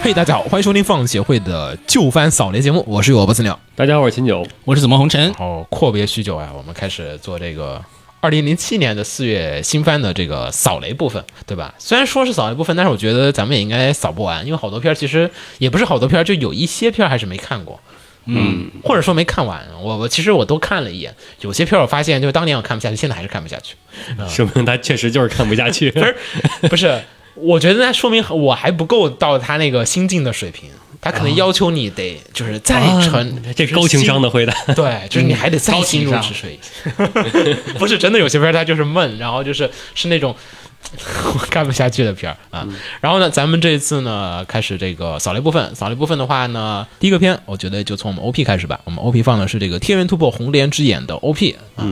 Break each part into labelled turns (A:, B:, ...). A: 嘿，大家好，欢迎收听放协会的旧番扫雷节目，我是我不死鸟。
B: 大家好，我是秦九。
C: 我是紫梦红尘
A: 然，后阔别许久啊，我们开始做这个二零零七年的四月新番的这个扫雷部分，对吧？虽然说是扫雷部分，但是我觉得咱们也应该扫不完，因为好多片儿其实也不是好多片儿，就有一些片儿还是没看过。嗯，或者说没看完，我我其实我都看了一眼，有些片儿我发现就是当年我看不下去，现在还是看不下去。
B: 说明他确实就是看不下 去。
A: 不是，我觉得那说明我还不够到他那个心境的水平，他可能要求你得就是再沉，
B: 啊这高情商的回答，
A: 对，就是你还得再
C: 高
A: 心
C: 情
A: 如
C: 商
A: 止水。 不是真的，有些片儿它就是闷，然后就是是那种 我看不下去的片儿啊。然后呢，咱们这一次呢开始这个扫雷部分，扫雷部分的话呢，第一个片我觉得就从我们 OP 开始吧。我们 OP 放的是这个《天元突破红莲之眼》的 OP 啊。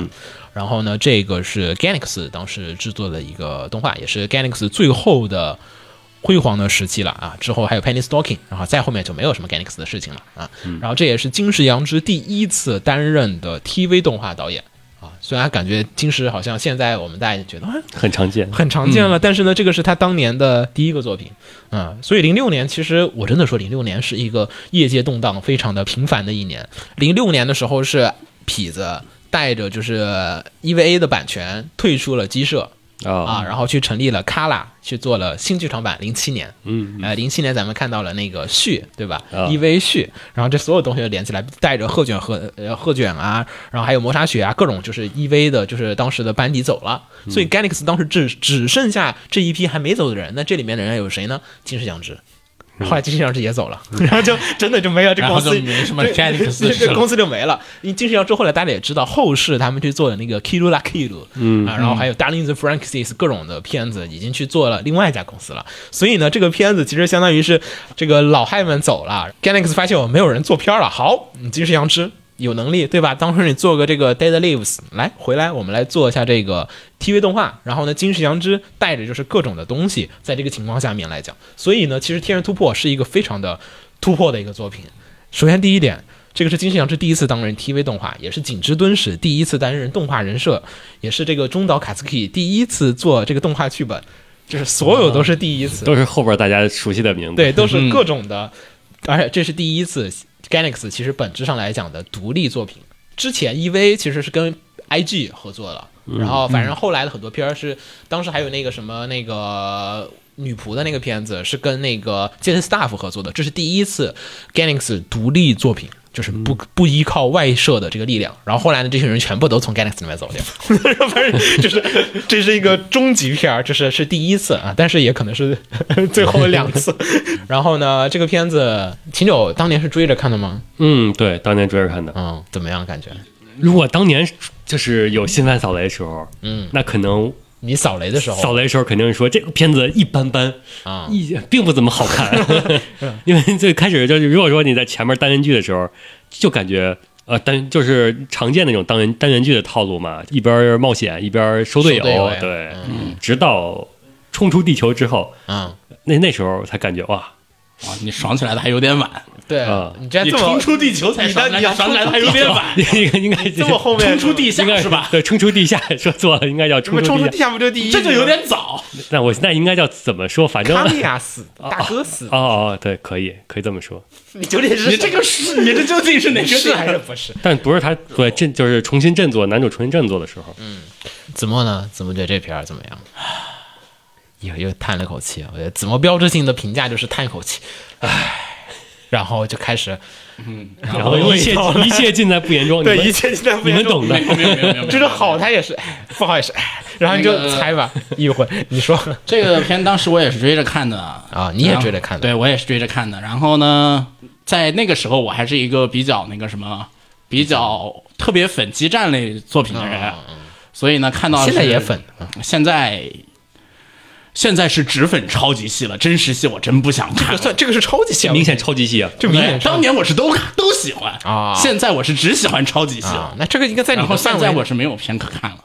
A: 然后呢，这个是 Ganex 当时制作的一个动画，也是 Ganex 最后的辉煌的时期了啊。之后还有 Penny Stocking，然后再后面就没有什么 Ganex 的事情了啊。然后这也是金石阳之第一次担任的 TV 动画导演啊。虽然感觉金石好像现在我们大家也觉得啊
B: 很常见。
A: 很常见了，但是呢，这个是他当年的第一个作品啊、嗯所以零六年其实我真的说，零六年是一个业界动荡非常的频繁的一年。零六年的时候是痞子带着就是 EVA 的版权退出了鸡舍
B: 哦
A: 啊，然后去成立了 Kala，去做了新剧场版。零七年，
B: 嗯，
A: 呃，零七年咱们看到了那个续，对吧、
B: 啊
A: e v a 续，然后这所有东西都连起来，带着鹤卷和呃鹤卷啊，然后还有谋杀雪啊，各种就是 EV 的，就是当时的班底走了，
C: 嗯
A: 所以 Galaxy 当时只只剩下这一批还没走的人，那这里面的人有谁呢？金石良
C: 嗯
A: 知。后来金石良知也走了， 然后就真的就没有这
C: 然
A: 公
C: 后
A: 司
C: 就没什么
A: 这
C: Galaxy
A: 这
C: 是
A: 这
C: 吧
A: 公司就没了。因为金石良知后来大家也知道，后世他们去做的那个 Kiru La Kiru，嗯啊，然后还有 Darling the Frankies 各种的片子已经去做了另外一家公司了。所以呢，这个片子其实相当于是这个老汉们走了，Galaxy 发现我没有人做片儿了，好，你金石良知。有能力对吧？当时你做个这个 Dead Lives 来回来，我们来做一下这个 TV 动画。然后呢，金石良知带着就是各种的东西，在这个情况下面来讲，所以呢，其实《天人突破》是一个非常的突破的一个作品。首先第一点，这个是金石阳之第一次担任 TV 动画，也是景之敦史第一次担任动画人设，也是这个中岛卡斯基第一次做这个动画剧本，就是所有都是第一次，
B: 都是后边大家熟悉的名字。
A: 对，都是
C: 嗯
A: 各种的，而且这是第一次 Galaxy 其实本质上来讲的独立作品，之前 EVA 其实是跟 IG 合作了。
B: 嗯
A: 然后，反正后来的很多片儿是，当时还有那个什么那个女仆的那个片子是跟那个 Jet Staff 合作的，这是第一次 Galaxy 独立作品，就是不
B: 嗯
A: 不依靠外设的这个力量。然后后来呢，这群人全部都从 Galaxy 里面走掉， 反正就是这是一个终极片儿，就是是第一次啊，但是也可能是最后两次。 然后呢，这个片子秦九当年是追着看的吗？
B: 嗯，对，当年追着看的。
A: 嗯，怎么样感觉？
B: 如果当年就是有新番扫雷的时候，
A: 嗯，
B: 那可能
A: 你扫雷的时
B: 扫
A: 候
B: 雷的时候肯定是说这个片子一般般，
A: 啊，
B: 一并不怎么好看。因为最开始就是，如果说你在前面单元剧的时候，就感觉。呃，单就是常见那种单元单元剧的套路嘛，一边冒险一边收队友，
A: 收队友呀
B: 对，嗯直到冲出地球之后，
A: 嗯，
B: 那那时候才感觉哇，
C: 哇，啊你爽起来的还有点晚，
A: 对
B: 啊
A: 你这
C: 你
A: 这么
C: 冲出地球才爽起来，
A: 你要
C: 爽起来的还有点晚，
B: 应该应该
A: 这么后面
C: 冲出地
B: 应
C: 下
B: 该
C: 是吧？
B: 对，冲出地下说错了，应该叫
A: 什
B: 冲
A: 么
B: 出
A: 冲出
B: 地
A: 地
B: 下。
A: 下不就第一？
C: 这就有点早，
B: 那我现在应该叫怎么说？反正
A: 卡
B: 哦
A: 利亚死， 大哥死，
B: 哦，对，可以可以这么说，
A: 你究竟
C: 你这个是，你这究竟是哪个
A: 是还
C: 点
A: 是？不是？
B: 但不是他对振就是重新振作，男主重新振作的时候，
A: 子墨呢？子墨觉得这片儿怎么样？又又叹了口气，啊我觉得子墨标志性的评价就是叹一口气，唉，然后就开始
B: 然后一切一切尽在不言 中，你们
A: 切尽在
B: 你们懂的。
C: 没有没有 没有，
A: 就是好，他也是；不好也是。然后你就猜吧，一会儿你说
C: 这个片当时我也是追着看的
A: 啊你也追着看的
C: 对我也是追着看的。然后呢，在那个时候我还是一个比较那个什么，比较特别粉激战类作品的人，所以呢，看到
A: 嗯现在
C: 是
A: 也粉，啊
C: 现在。现在是纸粉超级系了，真实系我真不想看了。
A: 这个是超级
B: 这
A: 哎显
B: 明显超级系啊！
A: 就明
C: 对
A: 显，
C: 当年我是都都喜欢
A: 啊
C: 现在我是只喜欢超级系了。
A: 啊，那这个应该在你
C: 然后
A: 的范
C: 现在我
A: 围。
C: 是没有片可看了。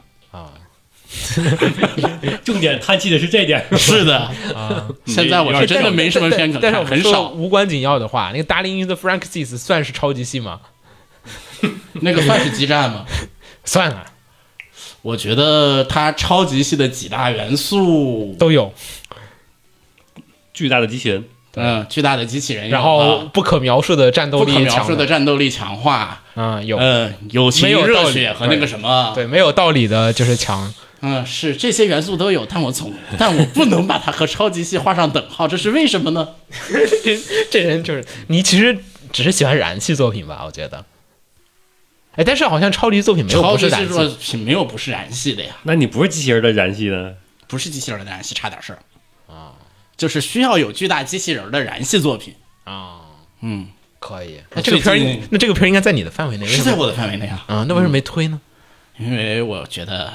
B: 重点叹气的是这点，
C: 是的，嗯现在我是真的没什么片可
A: 但是我
C: 看，
A: 们
C: 很
A: 说
C: 少。
A: 无关紧要的话，那个《Darling in the Frankies》算是超级系吗？
C: 那个算是激战吗？
A: 算了，
C: 我觉得它超级系的几大元素
A: 都有。
B: 巨大的机器人，
C: 嗯，巨大的机器人，啊
A: 然后不可描述的战斗
C: 不
A: 力
C: 可
A: 强，
C: 描述的战斗力强化，
A: 嗯有
C: 嗯，友情、
A: 没有道理
C: 热血和那个什么，
A: 对没有道理的就是强，
C: 嗯，是这些元素都有，但我总，但我不能把它和超级系画上等号，这是为什么呢？
A: 这这人就是你其实只是喜欢燃气作品吧，我觉得。哎，但是好像超级作品没有
C: 超
A: 不
C: 级
A: 是
C: 系
A: 燃
C: 作
A: 气，
C: 品没有不是燃系的呀，
B: 那你不是机器人的燃系呢？
C: 不是机器人的燃系差点事儿啊，就是需要有巨大机器人的燃系作品，
A: 啊，
C: 嗯，
A: 可以。那这个片
C: 最近
A: 儿，那这个片儿应该在你的范围内，为
C: 是
A: 什
C: 在
A: 么
C: 我的范围内啊，
A: 啊？那为什么没推呢？
C: 因为我觉得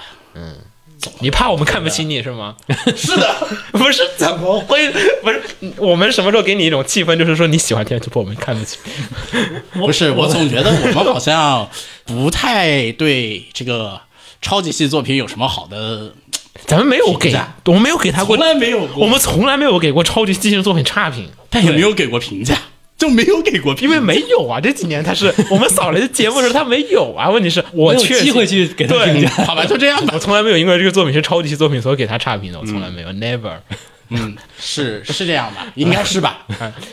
A: 你怕我们看不起你是吗？
C: 是的，
A: 不是怎么会？ 不是我们什么时候给你一种气氛，就是说你喜欢天气破，我们看不起。
C: 不是，我总觉得我们好像不太对这个超级系作品有什么好的，
A: 咱们没有
C: 评
A: 给
C: 价，
A: 我们没有给他过
C: 从，来没有过，
A: 我们从啊来没有给过超级机器人作品差评，
C: 但也没有给过评价，就没有给过评
A: 因
C: 价，
A: 为没有啊。这几年他 是我们扫了节目的时候他没有啊。问题是我
B: 我有
A: 确
B: 机会
A: 实。
B: 去给他评
A: 对
B: 价。，
C: 好吧，就这样吧。
A: 我从来没有因为这个作品是超级系作品，所以给他差评的，我从来没有，never。
C: 嗯，是是这样吧？应该是 吧？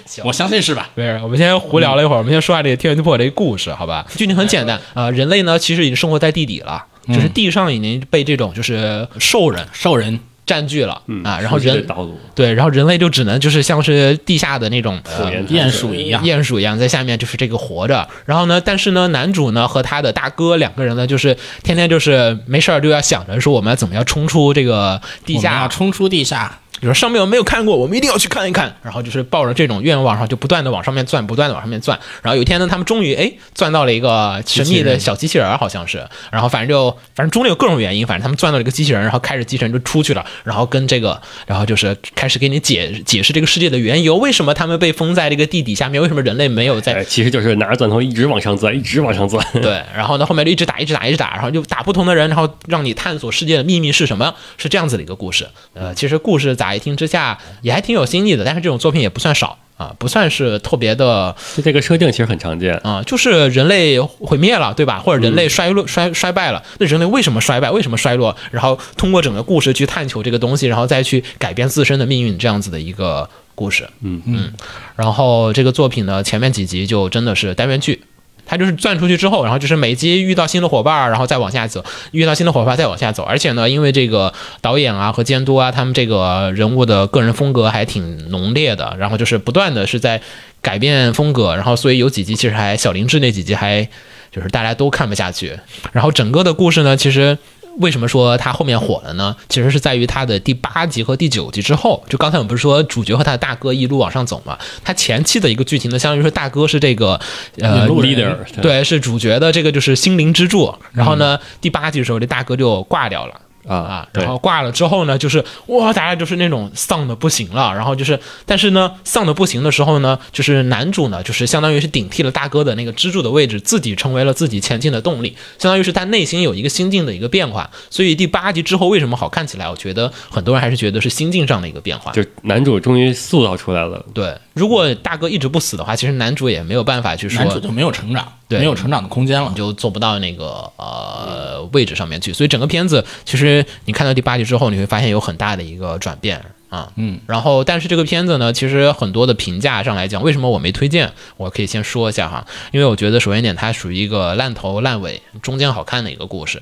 A: 行
C: 我相信是吧？
A: 没事，我们先胡聊了一会儿，我们先说下这个《天元突破》这个故事，好吧？剧情很简单啊、呃人类呢其实已经生活在地底了，就是地上已经被这种就是兽人
C: 兽人
A: 占据了、
B: 嗯
A: 啊，然后
B: 熟悉的
A: 人
B: 道路，
A: 对，然后人类就只能就是像是地下的那种呃
B: 复原
C: 鼹鼠一样，
A: 鼹鼠一样在下面就是这个活着。然后呢，但是呢，男主呢和他的大哥两个人呢，就是天天就是没事儿就要想着说我们要怎么样冲出这个地
C: 我们
A: 下
C: 要，冲出地下，
A: 比如说上面我没有看过，我们一定要去看一看。然后就是抱着这种愿望，然后就不断的往上面钻，不断的往上面钻。然后有一天呢，他们终于哎钻到了一个神秘的小机器人儿，好像是。然后反正就反正中间有各种原因，反正他们钻到了一个机器人，然后开着机器人就出去了，然后跟这个，然后就是开始给你解解释这个世界的缘由，为什么他们被封在这个地底下面，为什么人类没有在
B: 哎，其实就是拿着钻头一直往上钻，一直往上钻。
A: 对，然后呢，后面就一直打，一直打，一直打，然后就打不同的人，然后让你探索世界的秘密是什么，是这样子的一个故事。呃，其实故事乍一听之下也还挺有新意的，但是这种作品也不算少啊，不算是特别的
B: 就这个设定其实很常见，
A: 啊、就是人类毁灭了，对吧？或者人类衰
B: 嗯
A: 落、衰衰败了，那人类为什么衰败？为什么衰落？然后通过整个故事去探求这个东西，然后再去改变自身的命运，这样子的一个故事。
B: 嗯
A: 嗯。然后这个作品呢，前面几集就真的是单元剧。它就是钻出去之后，然后就是每集遇到新的伙伴儿，然后再往下走，遇到新的伙伴再往下走。而且呢，因为这个导演啊和监督啊，他们这个人物的个人风格还挺浓烈的，然后就是不断的是在改变风格，然后所以有几集其实还小林志那几集还就是大家都看不下去。然后整个的故事呢，其实为什么说它后面火了呢？其实是在于它的第八集和第九集之后，就刚才我们不是说主角和他的大哥一路往上走嘛？他前期的一个剧情呢，相当于说大哥是这个呃
B: 引路人 leader，对
A: 对，是主角的这个就是心灵支柱。然后呢，第八集的时候，这大哥就挂掉了。
B: 啊
A: 啊，
B: 对
A: 然后挂了之后呢，就是哇，大家就是那种丧的不行了，然后就是，但是呢，丧的不行的时候呢，就是男主呢，就是相当于是顶替了大哥的那个支柱的位置，自己成为了自己前进的动力，相当于是他内心有一个心境的一个变化。所以第八集之后为什么好看起来，我觉得很多人还是觉得是心境上的一个变化。
B: 就是男主终于塑造出来了，
A: 对，如果大哥一直不死的话，其实男主也没有办法去说，
C: 男主就没有成长，
A: 对
C: 没有成长的空间了
A: 你。就做不到那个呃位置上面去。所以整个片子其实你看到第八集之后，你会发现有很大的一个转变啊。
C: 嗯，
A: 然后但是这个片子呢，其实很多的评价上来讲，为什么我没推荐？我可以先说一下哈，因为我觉得首先一点，它属于一个烂头烂尾、中间好看的一个故事。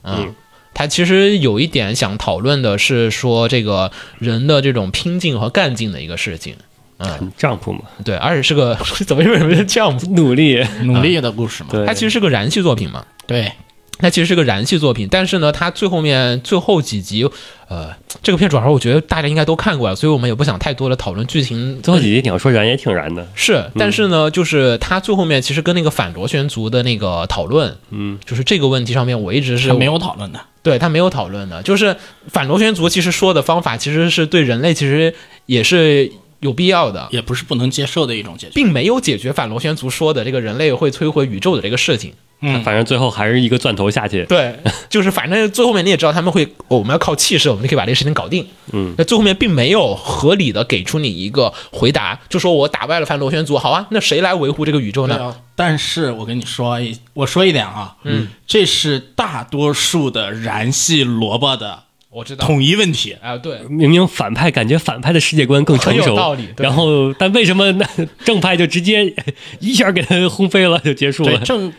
A: 啊
B: 嗯，
A: 它其实有一点想讨论的是说这个人的这种拼劲和干劲的一个事情。
B: 很丈夫嘛，
A: 对，而且是个 怎么为什么是这样？
B: 努力。
C: 努力的故事嘛，
B: 对，
A: 它其实是个燃气作品嘛。
C: 嗯对，
A: 它其实是个燃气作品，但是呢，它最后面最后几集，呃，这个片主要是我觉得大家应该都看过了，啊所以我们也不想太多的讨论剧情。
B: 最后几集你要说燃也挺燃的，
C: 嗯
A: 是，但是呢，就是它最后面其实跟那个反螺旋族的那个讨论，
B: 嗯，
A: 就是这个问题上面，我一直是
C: 他没有讨论的，
A: 对他没有讨论的，就是反螺旋族其实说的方法其实是对人类其实也是有必要的，
C: 也不是不能接受的一种结局。
A: 并没有解决反螺旋族说的这个人类会摧毁宇宙的这个事情。
C: 嗯，
B: 反正最后还是一个钻头下去，
A: 对， 就是反正最后面你也知道他们会，我们要靠气势，我们就可以把这个事情搞定。
B: 嗯，
A: 那最后面并没有合理的给出你一个回答，就说我打败了反螺旋族，好啊，那谁来维护这个宇宙
C: 对
A: 呢？
C: 啊。但是我跟你说一，我说一点啊，嗯，这是大多数的燃系萝卜的
A: 我知道
C: 统一问题。
A: 啊，对，
B: 明明反派感觉反派的世界观更成
A: 很有
B: 熟，
A: 道理对
B: 然后但为什么那 正派就直接一下给他轰飞了就结束
C: 对
B: 了？
C: 正，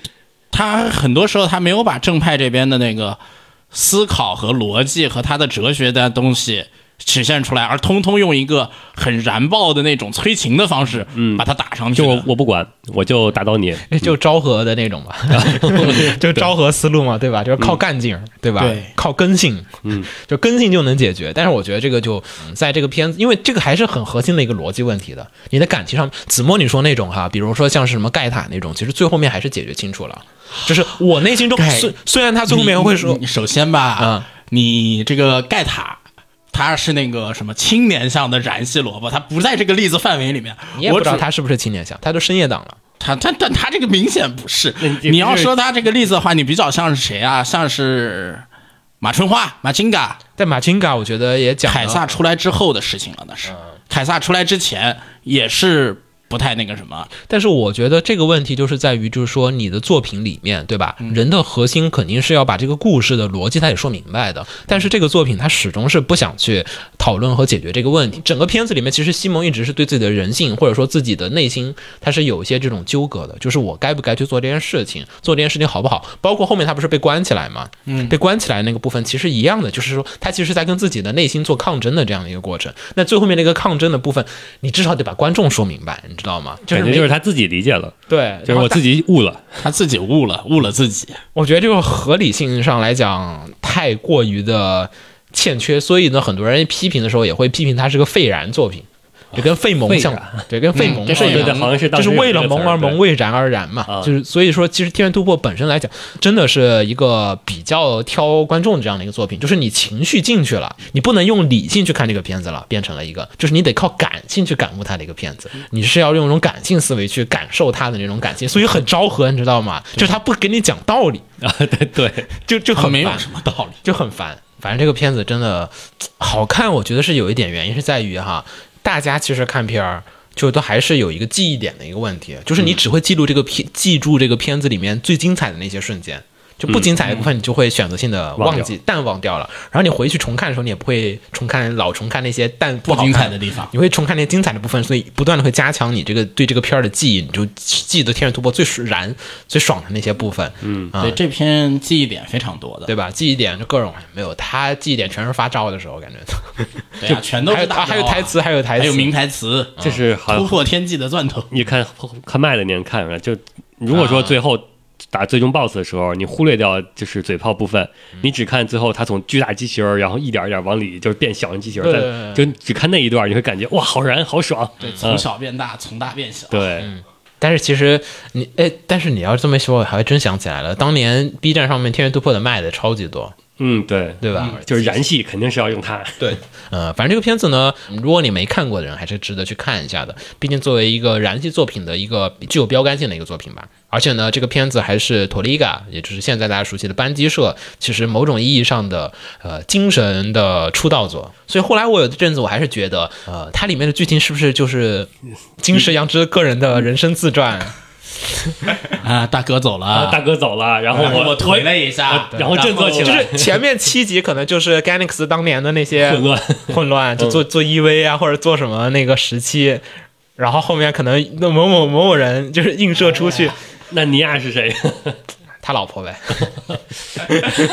C: 他很多时候他没有把正派这边的那个思考和逻辑和他的哲学的东西体现出来，而通通用一个很燃爆的那种催情的方式，嗯，把它打上去
B: 就
C: 的。
B: 我我不管，我就打倒你。
A: 就昭和的那种吧， 就昭和思路嘛，对吧？就是靠干劲儿，对吧？
C: 对
A: 靠根性，
B: 嗯，
A: 就根性就能解决。但是我觉得这个就嗯在这个片子，因为这个还是很核心的一个逻辑问题的。你的感情上，子墨你说那种哈，比如说像是什么盖塔那种，其实最后面还是解决清楚了。就是我内心中
C: 盖
A: 虽虽然他最后面会说
C: 你你首先吧，
A: 嗯
C: 你这个盖塔。他是那个什么青年向的燃系萝卜，他不在这个例子范围里面。
A: 你也不知道
C: 我只
A: 他是不是青年像，他都深夜档了。
C: 他他但他这个明显不是
B: 那你。这
C: 你要
B: 不是
C: 说他这个例子的话，你比较像是谁啊？像是马春花、马金嘎、
A: 但马金嘎，我觉得也讲了
C: 凯撒出来之后的事情了，那
A: 嗯
C: 是。凯撒出来之前也是不太那个什么，
A: 但是我觉得这个问题就是在于，就是说你的作品里面，对吧？
B: 嗯
A: 人的核心肯定是要把这个故事的逻辑他也说明白的。但是这个作品他始终是不想去讨论和解决这个问题。整个片子里面，其实西蒙一直是对自己的人性或者说自己的内心，他是有一些这种纠葛的，就是我该不该去做这件事情，做这件事情好不好？包括后面他不是被关起来嘛？嗯，被关起来那个部分其实一样的，就是说他其实在跟自己的内心做抗争的这样的一个过程。那最后面那个抗争的部分，你至少得把观众说明白，你知道吗？
B: 感觉
A: 没
B: 就是他自己理解了，
A: 对，哦
B: 就是我自
A: 己，
B: 己悟了。
C: 他自己悟 了，悟了自己。
A: 我觉得这个合理性上来讲太过于的欠缺，所以呢，很多人批评的时候也会批评它是个废燃作品，就跟废萌像
B: 废，
A: 对，跟废萌
C: 嗯
A: 是一
B: 哦对
A: 样
B: 对，
A: 的。
B: 好像是当
A: 就
B: 时
A: 是为
B: 有
A: 了
B: 这个词
A: 萌
B: 儿
A: 而
B: 对
A: 萌，为燃而燃嘛
B: 啊，
A: 就是所以说，其实《天元突破》本身来讲，真的是一个比较挑观众这样的一个作品，就是你情绪进去了，你不能用理性去看这个片子了，变成了一个，就是你得靠感性去感悟它的一个片子，你是要用一种感性思维去感受它的那种感性，所以很昭和，你知道吗？就是他不给你讲道理，
B: 啊，对对，
A: 就就
C: 他
A: 很
C: 没有
A: 烦
C: 什么道理。
A: 就很烦。反正这个片子真的好看，我觉得是有一点原因是在于哈，大家其实看片儿。就都还是有一个记忆点的一个问题，就是你只会记录这个片，记住这个片子里面最精彩的那些瞬间，就不精彩的部分你就会选择性的
B: 忘
A: 忘记、淡忘掉了。然后你回去重看的时候，你也不会重看老重看那些淡不好
C: 精彩
A: 看嗯
C: 的地方
A: 你会重看那些精彩的部分，所以不断的会加强你这个对这个片儿的记忆，你就记得《天使突破》最燃、最爽的那些部分。嗯，啊
C: 对，这篇记忆点非常多的，
A: 对吧？记忆点就各种没有，他记忆点全是发招的时 候，感觉
C: 对啊，全都
A: 还
C: 是
A: 有
C: 大
A: 啊还有
C: 招啊
A: 台，词，还有台词，
C: 还有名台词，
B: 这是
A: 啊
B: 好
C: 突
B: 像
C: 破天际的嗯钻头。
B: 你看看麦的那能看出来，就如果
A: 啊
B: 说最后打最终 BOSS 的时候，你忽略掉就是嘴炮部分，
A: 嗯
B: 你只看最后他从巨大机器人儿，然后一点儿一点儿往里就是变小型机器人
A: 对
B: 儿，但就只看那一段儿，你会感觉哇，好燃，好爽。嗯
C: 对，从小变大，从大变小。
B: 对，
A: 嗯但是其实你哎，但是你要这么说，我还真想起来了，当年 B 站上面《天元突破》的卖的超级多，
B: 嗯，对，
A: 对吧？
B: 就是燃系肯定是要用它。
A: 对，呃，反正这个片子呢，如果你没看过的人，还是值得去看一下的。毕竟作为一个燃系作品的一个具有标杆性的一个作品吧。而且呢，这个片子还是托利嘎，也就是现在大家熟悉的班机社，其实某种意义上的呃精神的出道作。所以后来我有一阵子，我还是觉得，呃，它里面的剧情是不是就是金
B: 嗯
A: 石阳之个人的人生自传？
C: 啊，大哥走了，呃
B: 大哥走了，然后
C: 然后
B: 我
C: 我颓了一下，
B: 然后振作起
A: 就
B: 来
A: 是 前面七集可能就是 Ganix 当年的那些
B: 混乱
A: 混乱，就做做 EV 啊，或者做什么那个时期，然后后面可能那某某某某人就是映射出去，
B: 那尼亚是谁？
A: 啊他老婆呗，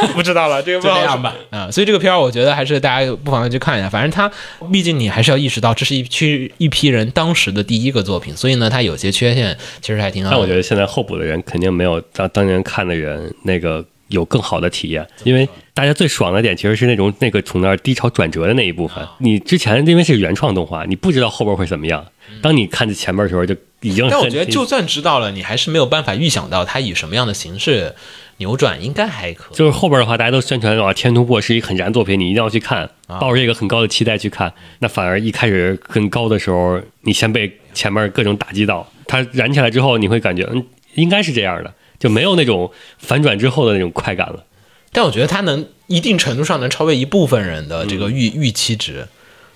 A: 不知道了，这个不
C: 就
A: 好
C: 这
A: 说
C: 样吧。
A: 啊、所以这个片儿我觉得还是大家不妨去看一下，反正它毕竟你还是要意识到这是一批一批人当时的第一个作品，所以呢，它有些缺陷其实还挺好的。
B: 但我觉得现在候补的人肯定没有当当年看的人那个有更好的体验，因为大家最爽的点其实是那种那个从那儿低潮转折的那一部
A: 啊
B: 分。你之前因为是原创动画，你不知道后边会怎么样。当你看着前面的时候，就已经
A: 嗯但我
B: 很
A: 觉得就算知道了，你还是没有办法预想到它以什么样的形式扭转，应该还可以。
B: 就是后边的话，大家都宣传啊，《天突破》是一个很燃作品，你一定要去看，抱着一个很高的期待去看。那反而一开始很高的时候，你先被前面各种打击到，它燃起来之后，你会感觉嗯，应该是这样的，就没有那种反转之后的那种快感了。
C: 嗯
A: 但我觉得它能一定程度上能超越一部分人的这个预、预期值。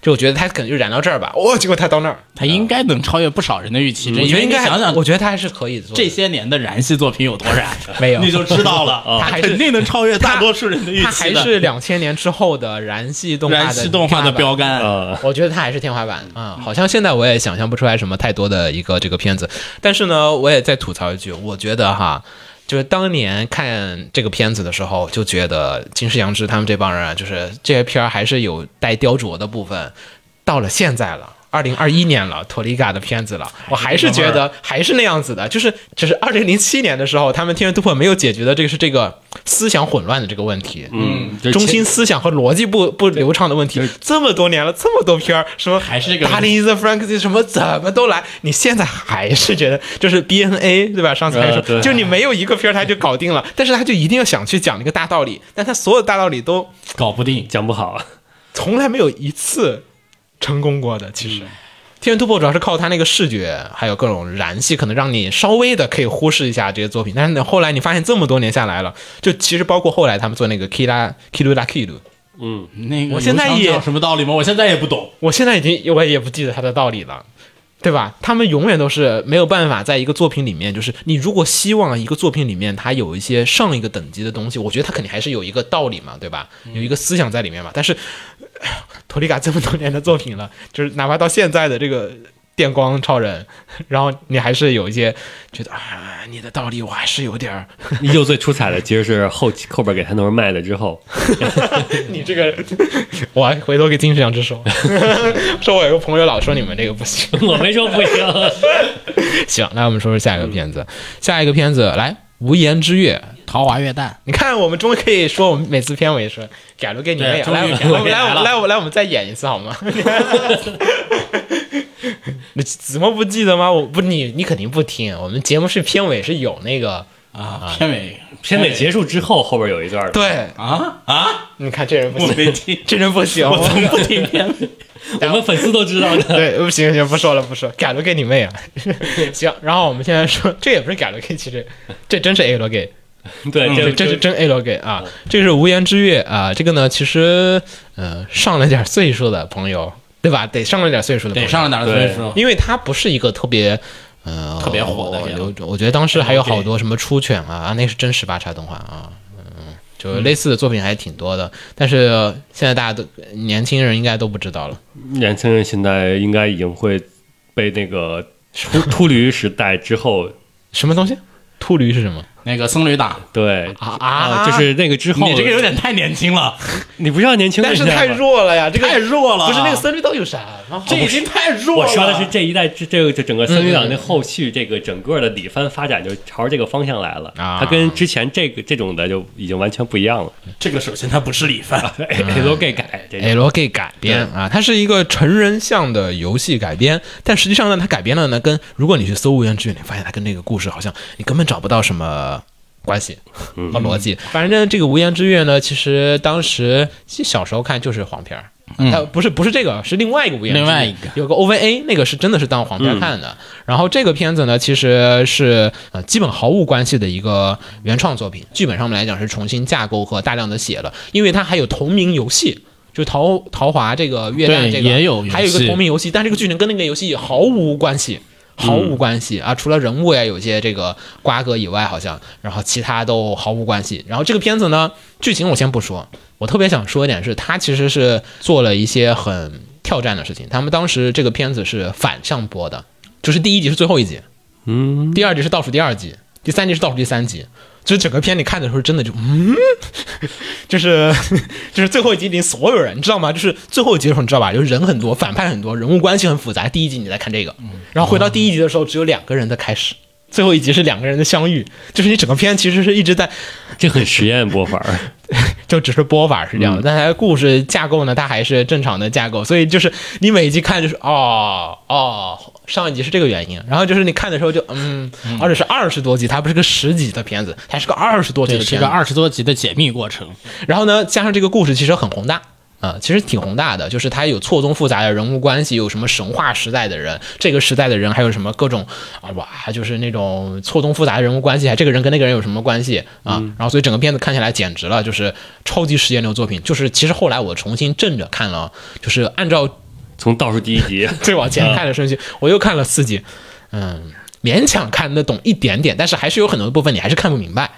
A: 就我觉得他可能就染到这儿吧，哦，结果他到那儿，
C: 他应该能超越不少人的预期。这
A: 我
C: 因
A: 觉得
C: 为
A: 应
C: 你
A: 该还，
C: 想想
A: 我觉得他还是可以做的
C: 这些年的燃系作品有多 燃，
A: 没有
C: 你就知道了，
A: 他还是
C: 肯定能超越大多数人的预
A: 他
C: 期
A: 还
C: 的。
A: 是两千年之后的燃系动画的
C: 燃系动画的哦标
A: 天
C: 杆，
A: 花
B: 呃
A: 板。我觉得他还是天花板啊、好像现在我也想象不出来什么太多的一个这个片子，但是呢，我也再吐槽一句，我觉得哈，就是当年看这个片子的时候，就觉得金世阳之他们这帮人啊，就是这些片儿还是有待雕琢的部分。到了现在了。二零二一年了，托利嘎的片子了，我还是觉得还是那样子的，就是只是二零零七年的时候，他们《天元突破》没有解决的这个是这个思想混乱的这个问题，
B: 嗯就是
A: 中
B: 前
A: 心思想和逻辑不不流畅的问题，这么多年了，这么多片儿，什么
C: 还是这个问题
A: 达林斯、frank 什么怎么都来，你现在还是觉得就是 BNA 对吧？上次还说
B: 呃，对
A: 就你没有一个片儿他就搞定了，但是他就一定要想去讲那个大道理，但他所有大道理都
C: 搞不定。
B: 讲不好，
A: 从来没有一次成功过的。其
B: 嗯
A: 实，天元突破》主要是靠它那个视觉，还有各种燃系，可能让你稍微的可以忽视一下这些作品。但是呢，后来你发现这么多年下来了，就其实包括后来他们做那个 Kira Kiru La Kiru，
B: 嗯，
C: 那个
A: 我现在
C: 邮箱
A: 也
C: 叫什么道理吗？我现在也不懂。
A: 我现在已经我也不记得它的道理了。对吧？他们永远都是没有办法在一个作品里面，就是你如果希望一个作品里面它有一些上一个等级的东西，我觉得它肯定还是有一个道理嘛，对吧？有一个思想在里面嘛。但是 托利卡这么多年的作品了，就是哪怕到现在的这个电光超人，然后你还是有一些觉得啊，你的道理我还是有点儿，
B: 依旧最出彩的其实是后期后边给他那儿卖了之后，
A: 你这个，我还回头给金石阳之说， 说我有个朋友老说你们这个不行。
B: 我没说不 行，
A: 行，来我们说说下一个片子，下一个片子来《无言之月》。
C: 桃花月旦，
A: 你看，我们终于可以说我们每次片尾说假如给你们演，
C: 对
A: 来，
C: 终于
A: 我们
C: 给
A: 来，
C: 来
A: 我们
C: 了
A: 来，我们来，我们再演一次好吗？ 你怎么不记得吗？我不，你你肯定不听。我们节目是片尾是有那个，
C: 啊，片尾
B: 片尾结束之后后边有一段儿，
A: 对，
C: 啊啊！
A: 你看这人不
C: 我没
A: 行，
C: 听，
A: 这人不行，我
C: 怎么不听片尾？
B: 我们粉丝都知道的，
A: 对，不行行，不说了不说，改了给你妹啊！ 行，然后我们现在说，这也不是改了给，其实这真是 A 罗给，
B: 对，
A: 这
B: 这
A: 这是真 A 罗给啊，这是无言之月啊，这个呢，其实呃上了点岁数的朋友，对吧？得上了点岁数的朋
C: 得
A: 友，
C: 上了哪儿
B: 对
C: 的说？
A: 因为它不是一个特别。呃，
C: 特别火的片
A: 我我觉得当时还有好多什么出犬啊，啊那是真十八叉动画啊，嗯，就是类似的作品还挺多的，但是现在大家都年轻人应该都不知道了。
B: 年轻人现在应该已经会被那个秃 秃驴时代之后，
A: 什么东西？秃驴是什 么？
C: 那个僧侣党，
B: 对
A: 啊
B: 啊，就是那个之后，
C: 你这个有点太年轻了，
B: 你不知道年轻人
A: 但是
B: 现在
A: 太
B: 吗
A: 弱了呀，这个
C: 太弱了。
A: 不是那个僧侣到底有啥？
C: 这已经太弱
B: 我
C: 了。
B: 说的是这一代这这个这整个森林党的后续这个整个的里番发展就朝着这个方向来了，
A: 啊
B: 它跟之前这个这种的就已经完全不一样了。
C: 这个，首先它不是李帆，
B: 这都给改，这
A: L G 改编啊，它是一个成人向的游戏改编，但实际上呢，它改编了呢，跟如果你去搜《无言之语》，你发现它跟这个故事好像你根本找不到什么。关系
C: 嗯
A: 和逻辑，反正这个《无言之月》呢，其实当时其实小时候看就是黄片儿，它不是不是这个，是另外一个《无言之月》，
C: 嗯另外一个嗯
A: 有个 OVA，那个是真的是当黄片看的。然后这个片子呢，其实是呃基本毫无关系的一个原创作品，剧本上面来讲是重新架构和大量的写了，因为它还有同名游戏。就桃桃华这个月亮
C: 对
A: 这个
C: 也有游戏
A: 还有一个同名游戏，但这个剧情跟那个游戏毫无关系，毫
C: 嗯
A: 无关系啊！除了人物呀有些这个瓜葛以外，好像然后其他都毫无关系。然后这个片子呢，剧情我先不说，我特别想说一点是，它其实是做了一些很挑战的事情。他们当时这个片子是反向播的，就是第一集是最后一集，
B: 嗯，
A: 第二集是倒数第二集，第三集是倒数第三集。就是整个片你看的时候，真的就嗯， 就是 就是最后一集里所有人，你知道吗？就是最后一集的时候，你知道吧？就是人很多，反派很多，人物关系很复杂。第一集你在看这个，然后回到第一集的时候，只有两个人的开始。最后一集是两个人的相遇，就是你整个片其实是一直在
B: 这很实验播法儿，
A: 就只是播法是这样
C: 嗯
A: 的，但它的故事架构呢，它还是正常的架构，所以就是你每一集看就是哦哦，上一集是这个原因，然后就是你看的时候就嗯，而且是二十多集，它不是个十集的片子，它是个二十多集
C: 这
A: 的
C: 是
A: 片
C: 个
A: 子，
C: 二十多集的解密过程。
A: 然后呢，加上这个故事其实很宏大啊、其实挺宏大的，就是它有错综复杂的人物关系，有什么神话时代的人，这个时代的人，还有什么各种啊哇，就是那种错综复杂的人物关系，还这个人跟那个人有什么关系啊？然后所以整个片子看起来简直了，就是超级时间流作品。就是其实后来我重新正着看了，就是按照。
B: 从倒数第一集
A: 最往前看的顺序，我又看了四集，嗯，勉强看得懂一点点，但是还是有很多部分你还是看不明白。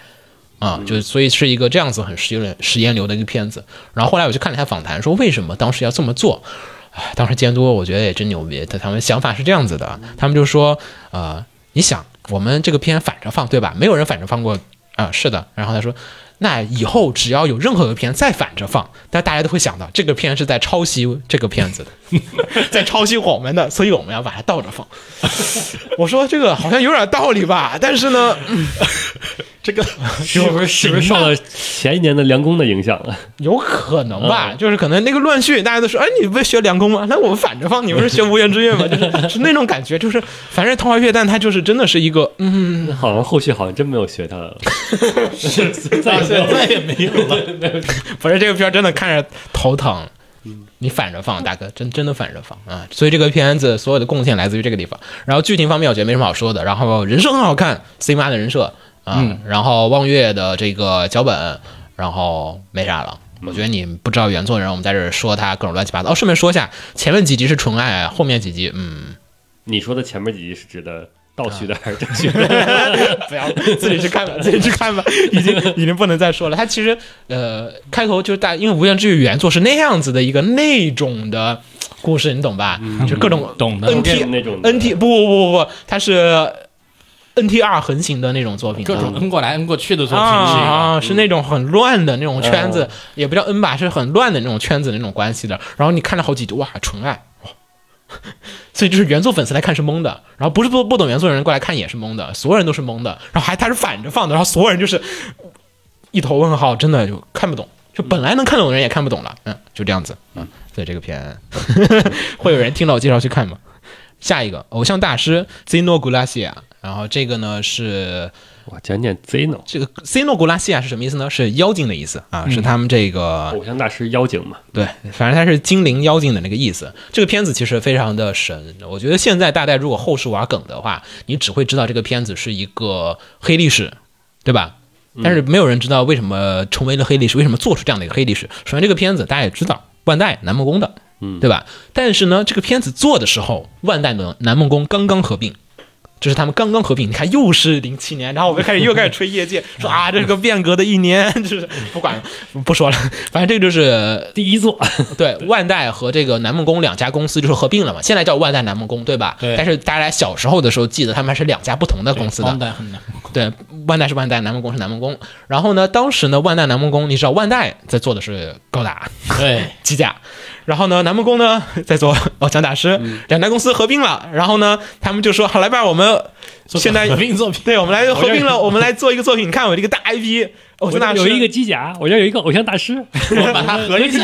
A: 啊，就是所以是一个这样子很实验实验流的一个片子。然后后来我去看了一下访谈，说为什么当时要这么做。唉当时监督我觉得也真牛逼，他他们想法是这样子的，他们就说，呃，你想我们这个片反着放对吧？没有人反着放过啊、是的。然后他说，那以后只要有任何的片再反着放，但大家都会想到这个片是在抄袭这个片子的， 在抄袭我们的，所以我们要把它倒着放。 我说这个好像有点道理吧，但是呢，
B: 这个是不是是不是受了前一年的梁工的影响啊？
A: 有可能吧，嗯就是可能那个乱序，大家都说，哎，你不是学梁公吗？那我们反着放，你不是学无源之乐吗？就是是那种感觉，就是反正《童话乐蛋》它就是真的是一个，嗯，
B: 那好像后续好像真没有学他了， 再也没有
C: 再也没有了。
A: 不是这个片儿真的看着头疼。你反着放，大哥，真真的反着放啊！所以这个片子所有的贡献来自于这个地方。然后剧情方面，我觉得没什么好说的。然后人设很好看，C 妈的人设啊，然后望月的这个脚本，然后没啥了。我觉得你不知道原作人，我们在这儿说他各种乱七八糟。哦，顺便说一下，前面几集是纯爱，后面几集嗯。
B: 你说的前面几集是指的倒叙
A: 啊
B: 的还是正叙的？
A: 不要自己去看 吧，自己去看吧，已经已经不能再说了。他其实呃，开头就是大，因为《无间之狱》原作是那样子的一个那种的故事，你懂吧？
C: 嗯
A: 就各种
C: 懂的
A: N
B: 这
A: T
B: 种那种的
A: N T 不不不不不，它是 N T R 横行的那种作品啊，
C: 各种 N 过来 N 过去的作品是一个，
A: 啊，是那种很乱的那种圈子，也不叫 N 吧，是很乱的那种圈子那种关系的。然后你看了好几集，哇，纯爱。 哇所以就是原作粉丝来看是懵的，然后不是不不懂原作的人过来看也是懵的，所有人都是懵的，然后还他是反着放的，然后所有人就是一头问号，真的就看不懂，就本来能看懂的人也看不懂了，嗯，就这样子，嗯，所以这个片 会有人听了我介绍去看吗？下一个偶像大师 Zeno Gulasia，然后这个呢是
B: 我讲念 Zeno
A: 这个 C 诺古拉西亚是什么意思呢？是妖精的意思啊，是他们这个
B: 偶像大师妖精嘛，
A: 对，反正它是精灵妖精的那个意思。这个片子其实非常的神，我觉得现在大家如果后世玩梗的话，你只会知道这个片子是一个黑历史，对吧？但是没有人知道为什么成为了黑历史，为什么做出这样的一个黑历史。首先，这个片子大家也知道，万代南梦宫的，嗯，对吧？但是呢，这个片子做的时候，万代的南梦宫刚刚合并。这是他们刚刚合并，你看又是零七年，然后我们开始又开始吹业界，说啊这是个变革的一年， 就是不管不说了，反正这个就是
B: 第 一座，
A: 对，万代和这个南梦宫两家公司就是合并了嘛，现在叫万代南梦宫，对吧？
C: 对
A: 但是大家小时候的时候记得，他们还是两家不同的公司的
C: 当。代很难。
A: 对，万代是万代，南梦宫是南梦宫。然后呢，当时呢，万代南梦宫，你知道万代在做的是高达
C: 对，
A: 机甲，然后呢，南梦宫呢在做 偶像大师，两家公司合并了。然后呢，他们就说好来吧，我们现在
C: 合并作品，
A: 对我们来合并
B: 我
A: 了，我们来做一个作品。你看我这个大哦 IP 偶
B: 我
A: 像大
B: 这
A: 师
B: 有一个机甲，我这有一个偶像 大师，
C: 我把它合一起。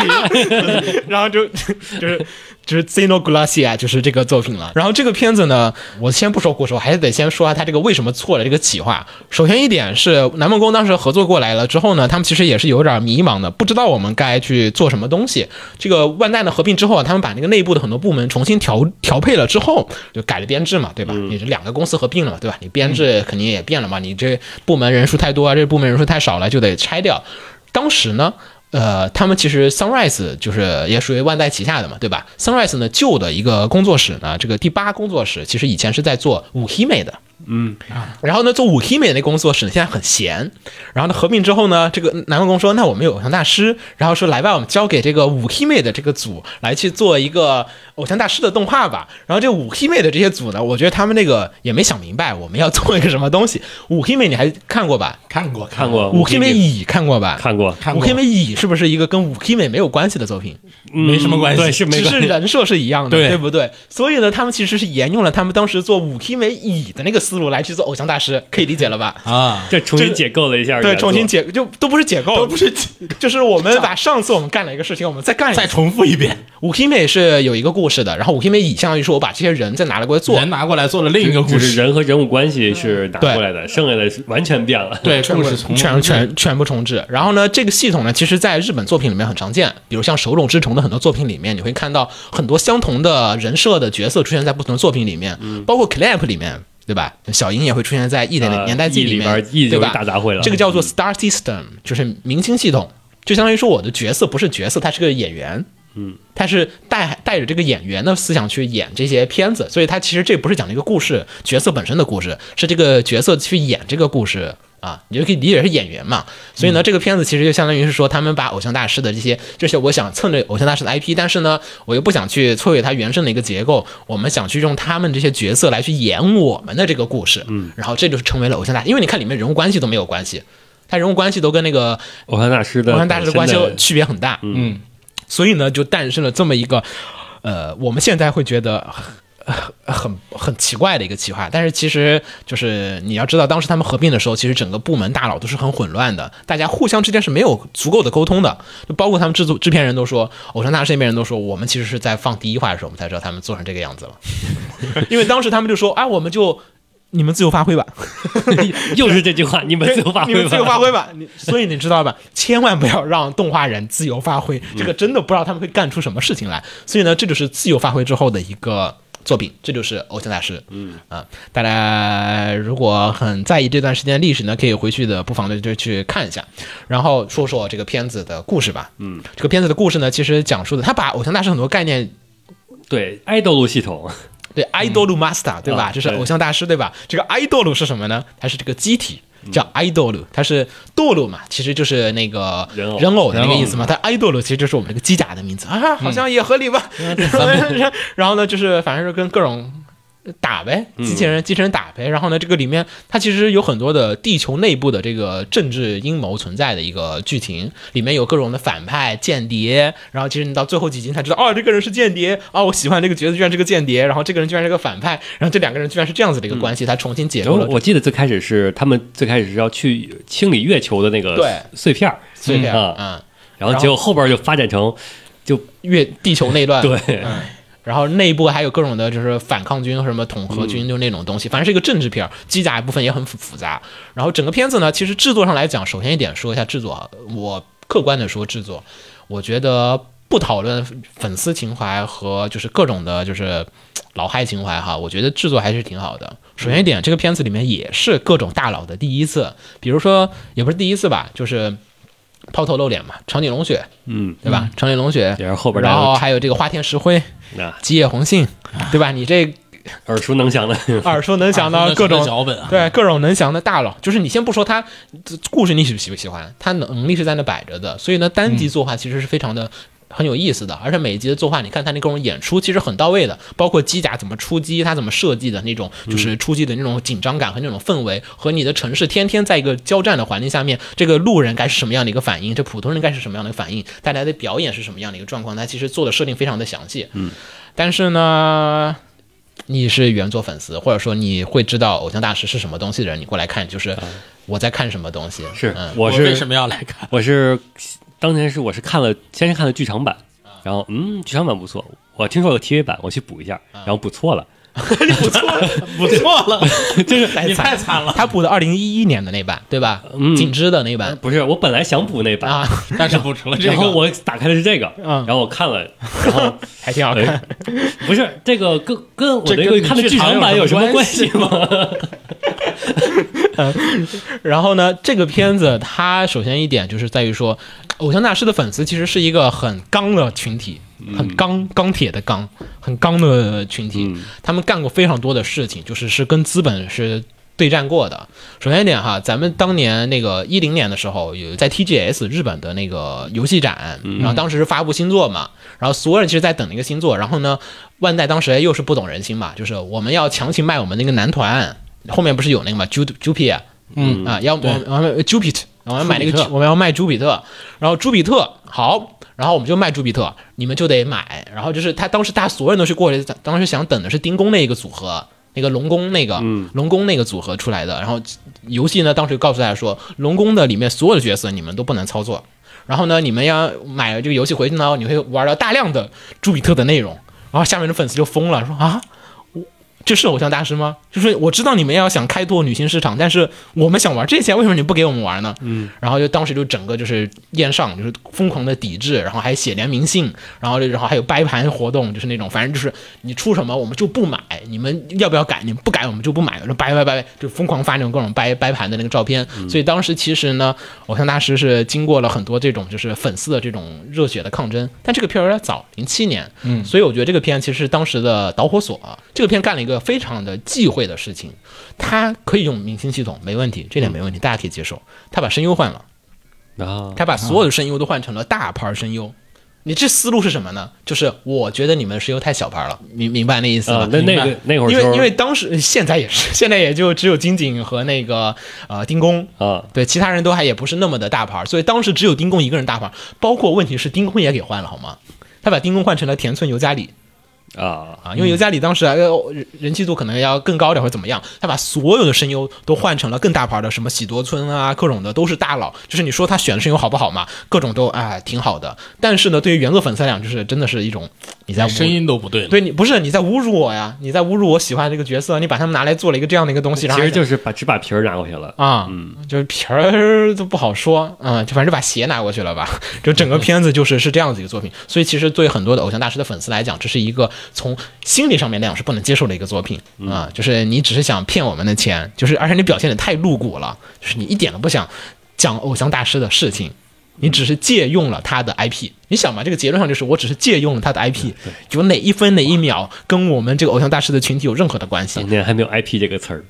A: 然后就就是就是 Zeno Glacia 就是这个作品了。然后这个片子呢，我先不说故事，我还得先说下啊他这个为什么错了这个企划。首先一点是南梦宫当时合作过来了之后呢，他们其实也是有点迷茫的，不知道我们该去做什么东西。这个万代呢合并之后啊，他们把那个内部的很多部门重新调调配了之后，就改了编制嘛，对吧？你这两个公司合并了嘛，对吧？你编制肯定也变了嘛，你这部门人数太多啊，这部门人数太少了，就得拆掉。当时呢，呃，他们其实 Sunrise 就是也属于万代旗下的嘛，对吧？Sunrise 呢，旧的一个工作室呢，这个第八工作室其实以前是在做五 K 美的，嗯，然后呢，做五 K 美那工作室呢现在很闲，然后呢合并之后呢，这个南梦宫说，那我们有偶像大师，然后说来吧，我们交给这个五 K 妹的这个组来去做一个偶像大师的动画吧。然后这五 K 妹的这些组呢，我觉得他们那个也没想明白我们要做一个什么东西。五 K 妹你还看过吧？
C: 看 过，
B: 看过
A: 五 K 妹乙看过吧？
B: 看过，
C: 看
A: 五
C: 过
A: K 美乙是不是一个跟五 K 美没有关系的作品？
C: 没什么关
B: 嗯
C: 系
B: 对，是没
A: 只是
B: 关系。
A: 人设是一样的，
C: 对
A: 不对？所以呢，他们其实是沿用了他们当时做五 K 美乙的那个思路来去做偶像大师，可以理解了吧？
C: 啊，
B: 这重新解构了一下原作，
A: 对，重新解就都不是解构，都不是，就是我们把上次我们干了一个事情，我们再干一
C: 再
A: 次。
C: 重复一遍，
A: 五 K 美是有一个故事的，然后五 K 美乙相当于是我把这些人再拿来过来做，
C: 人拿过来做了另一个故
B: 只是
C: 事，
B: 人和人物关系是打过来的，剩下的是完全变了。
C: 对，
A: 全
C: 故事从
A: 全全全部重置。然后呢，这个系统呢，其实在日本作品里面很常见，比如像《手冢治虫》的很多作品里面，你会看到很多相同的人设的角色出现在不同的作品里面，
B: 嗯
A: 包括 Clamp 里面。对吧？小樱也会出现在《异点的
B: 呃
A: 年代记》
B: E 里
A: 面，
B: 边，E
A: 对吧？
B: 就是大杂烩了嗯
A: 这个叫做 Star System，就是明星系统，就相当于说我的角色不是角色，他是个演员。嗯，他是带带着这个演员的思想去演这些片子，所以他其实这不是讲这个故事角色本身的故事，是这个角色去演这个故事。啊，你就可以理解是演员嘛，所以呢，这个片子其实就相当于是说，他们把偶像大师的这些，就是我想蹭着偶像大师的 IP，但是呢，我又不想去摧毁它原生的一个结构，我们想去用他们这些角色来去演我们的这个故事，嗯，然后这就是成为了偶像大师，因为你看里面人物关系都没有关系，他人物关系都跟那个
B: 偶像大师的
A: 偶像大师的关系
B: 本身的
A: 区别很大，嗯，所以呢，就诞生了这么一个，呃，我们现在会觉得很很奇怪的一个企划，但是其实就是你要知道，当时他们合并的时候，其实整个部门大佬都是很混乱的，大家互相之间是没有足够的沟通的，就包括他们制作制片人都说，偶像大师那边人都说，我们其实是在放第一话的时候，我们才知道他们做成这个样子了， 因为当时他们就说，哎，我们就你们自由发挥吧，
B: 又是这句话，你们自由发挥
A: 你
B: 吧，
A: 们自由发挥吧。你 所以你知道吧，千万不要让动画人自由发挥，这个真的不知道他们会干出什么事情来。所以呢，这就是自由发挥之后的一个作品，这就是《偶像大师》。嗯啊，大家如果很在意这段时间历史呢，可以回去的不妨的就去看一下。然后说说这个片子的故事吧。嗯，这个片子的故事呢，其实讲述的他把偶像大师很多概念
B: 对爱豆路系统，
A: 对，idol master，对吧？
B: 嗯啊
A: 这是
B: 对
A: 偶像大师，对吧？这个 idol 是什么呢？它是这个机体。
B: 嗯
A: 叫 idol，它是堕落嘛，其实就是那个
B: 人偶嗯
A: 的那个意思嘛。它 idol 其实就是我们这个机甲的名字啊，好像也合理吧。 然后呢，就是反正是跟各种
B: 嗯
A: 打呗，嗯机器人机器人打呗。然后呢，这个里面它其实有很多的地球内部的这个政治阴谋存在的一个剧情，里面有各种的反派、间谍。然后其实你到最后几集你才知道，哦，这个人是间谍，哦，我喜欢这个角色居然是个间谍，然后这个人居然是个反派，然后这两个人居然是这样子的一个关系，才重新解
B: 然
A: 构
B: 后
A: 了
B: 我记得最开始是他们最开始是要去清理月球的那个
A: 对
B: 碎片儿，
A: 这个碎片
B: 嗯啊，
A: 啊，
B: 然后结果后边就发展成就
A: 月地球内乱。
B: 对，
A: 然后内部还有各种的，就是反抗军和什么统合军，
B: 嗯
A: 就那种东西，反正是一个政治片儿，机甲部分也很复复杂。然后整个片子呢，其实制作上来讲，首先一点说一下制作啊，我客观的说制作，我觉得不讨论粉丝情怀和就是各种的，就是老嗨情怀哈，我觉得制作还是挺好的。首先一点，这个片子里面也是各种大佬的第一次，比如说也不是第一次吧，就是抛头露脸嘛，长井龙雪，
B: 嗯，
A: 对吧？长井龙雪，
B: 也是后边
A: 然后
B: 大
A: 还有这个花田石灰。
B: 家啊
A: 吉野红杏，对吧？你这
B: 耳熟能详的，
A: 耳熟能详的各
C: 啊真的是个
A: 种。
C: 脚本啊，
A: 对各种能详的大佬，就是你先不说他这故事你喜不喜不喜欢，他能力是在那摆着的，所以呢，单集作画其实是非常的、很有意思的，而且每一集的作画，你看他那各种演出其实很到位的，包括机甲怎么出击，他怎么设计的那种，就是出击的那种紧张感和那种氛围，和你的城市天天在一个交战的环境下面，这个路人该是什么样的一个反应，这普通人该是什么样的反应，大家的表演是什么样的一个状况，他其实做的设定非常的详细，嗯，但是呢，你是原作粉丝，或者说你会知道偶像大师是什么东西的人，你过来看就是我在看什么东西。
B: 是
A: 嗯，
B: 我
C: 为
B: 是
C: 什么要来看？
B: 我是当年是我是看了，先是看了剧场版，然后嗯，剧场版不错，我听说有 TV 版，我去补一下，然后补错了，
A: 不错，
C: 不错了，
A: 就是
C: 你 太惨了。
A: 他补的二零一一年的那版，对吧？
B: 嗯
A: 景芝的那版
B: 不是我本来想补那版，
A: 啊，
C: 但是补成了这个，
B: 然后我打开的是这个，
A: 嗯
B: 然后我看了，然后
A: 还挺好看
B: 哎。 不是这个跟跟我
C: 这
B: 那
C: 跟
B: 个
C: 你
B: 看的
C: 剧
B: 剧场
C: 场
B: 版
C: 有
B: 有
C: 什
B: 什
C: 么
B: 么关
C: 关
B: 系吗？
A: 然后呢，这个片子它首先一点就是在于说，偶像大师的粉丝其实是一个很刚的群体，很刚钢铁的刚，很刚的群体。他们干过非常多的事情，就是是跟资本是对战过的。首先一点哈，咱们当年那个一零年的时候，有在 TGS 日本的那个游戏展，然后当时是发布新作嘛，然后所有人其实在等那个新作，然后呢，万代当时又是不懂人心嘛，就是我们要强行卖我们那个男团，后面不是有那个嘛 j u j u p i 嗯啊，要我们我们 Jupiter，我们买那
C: 朱比
A: 个
C: 特
A: 我们要卖朱比特，然后朱比特好，然后我们就卖朱比特，你们就得买。然后就是他当时大家所有人都去过来，当时想等的是丁工那一个组合，那个龙宫那个、
C: 嗯
A: 龙宫那个组合出来的。然后游戏呢，当时就告诉大家说，龙宫的里面所有的角色你们都不能操作。然后呢，你们要买了这个游戏回去呢，你会玩到大量的朱比特的内容。然后下面的粉丝就疯了，说啊，我这是偶像大师吗？就是我知道你们要想开拓女性市场，但是我们想玩这些，为什么你不给我们玩呢？嗯，然后就当时就整个就是宴上，就是疯狂的抵制，然后还写联名信，然后然后还有掰盘活动，就是那种反正就是你出什么我们就不买，你们要不要改？你们不改我们就不买，就掰掰掰，就疯狂发那种各种掰掰盘的那个照片。所以当时其实呢，偶像大师是经过了很多这种就是粉丝的这种热血的抗争，但这个片儿有点早，零七年，嗯，所以我觉得这个片其实是当时的导火索。啊这个片干了一个非常的忌讳的事情，它可以用明星系统没问题，这点没问题，大家可以接受。他把声优换了。
B: 啊，
A: 他把所有的声优都换成了大牌声优。你这思路是什么呢？就是我觉得你们声优太小牌了，明明白那意思吗？
B: 啊，那那个那会儿
A: 因为
B: 时候
A: 因为当时现在也是，现在也就只有金井和那个呃丁工
B: 啊，
A: 对，其他人都还也不是那么的大牌，所以当时只有丁工一个人大牌。包括问题是丁工也给换了好吗？他把丁工换成了田村由加里，
B: 啊，
A: 啊，因为尤加里当时还呃人人气度可能要更高点或者怎么样，他把所有的声优都换成了更大牌的，什么喜多村啊，各种的都是大佬。就是你说他选的声优好不好嘛？各种都哎挺好的，但是呢，对于原作粉丝来讲，就是真的是一种你在
C: 嗯
B: 哎
C: 声音都不对了。
A: 对你不是你在侮辱我呀，你在侮辱我喜欢这个角色，你把他们拿来做了一个这样的一个东西，然
B: 其
A: 后还
B: 实就是把只把皮儿拿过去了。
A: 啊，就是皮儿都不好说，嗯，就反正把鞋拿过去了吧。就整个片子就是是这样子一个作品，所以其实对很多的偶像大师的粉丝来讲，这是一个从心理上面来讲是不能接受的一个作品啊，就是你只是想骗我们的钱，就是而且你表现的太露骨了，就是你一点都不想讲偶像大师的事情。你只是借用了他的 IP，你想嘛，这个结论上就是我只是借用了他的 IP，有哪一分哪一秒跟我们这个偶像大师的群体有任何的关系
B: 当，年还没有 IP 这个词儿，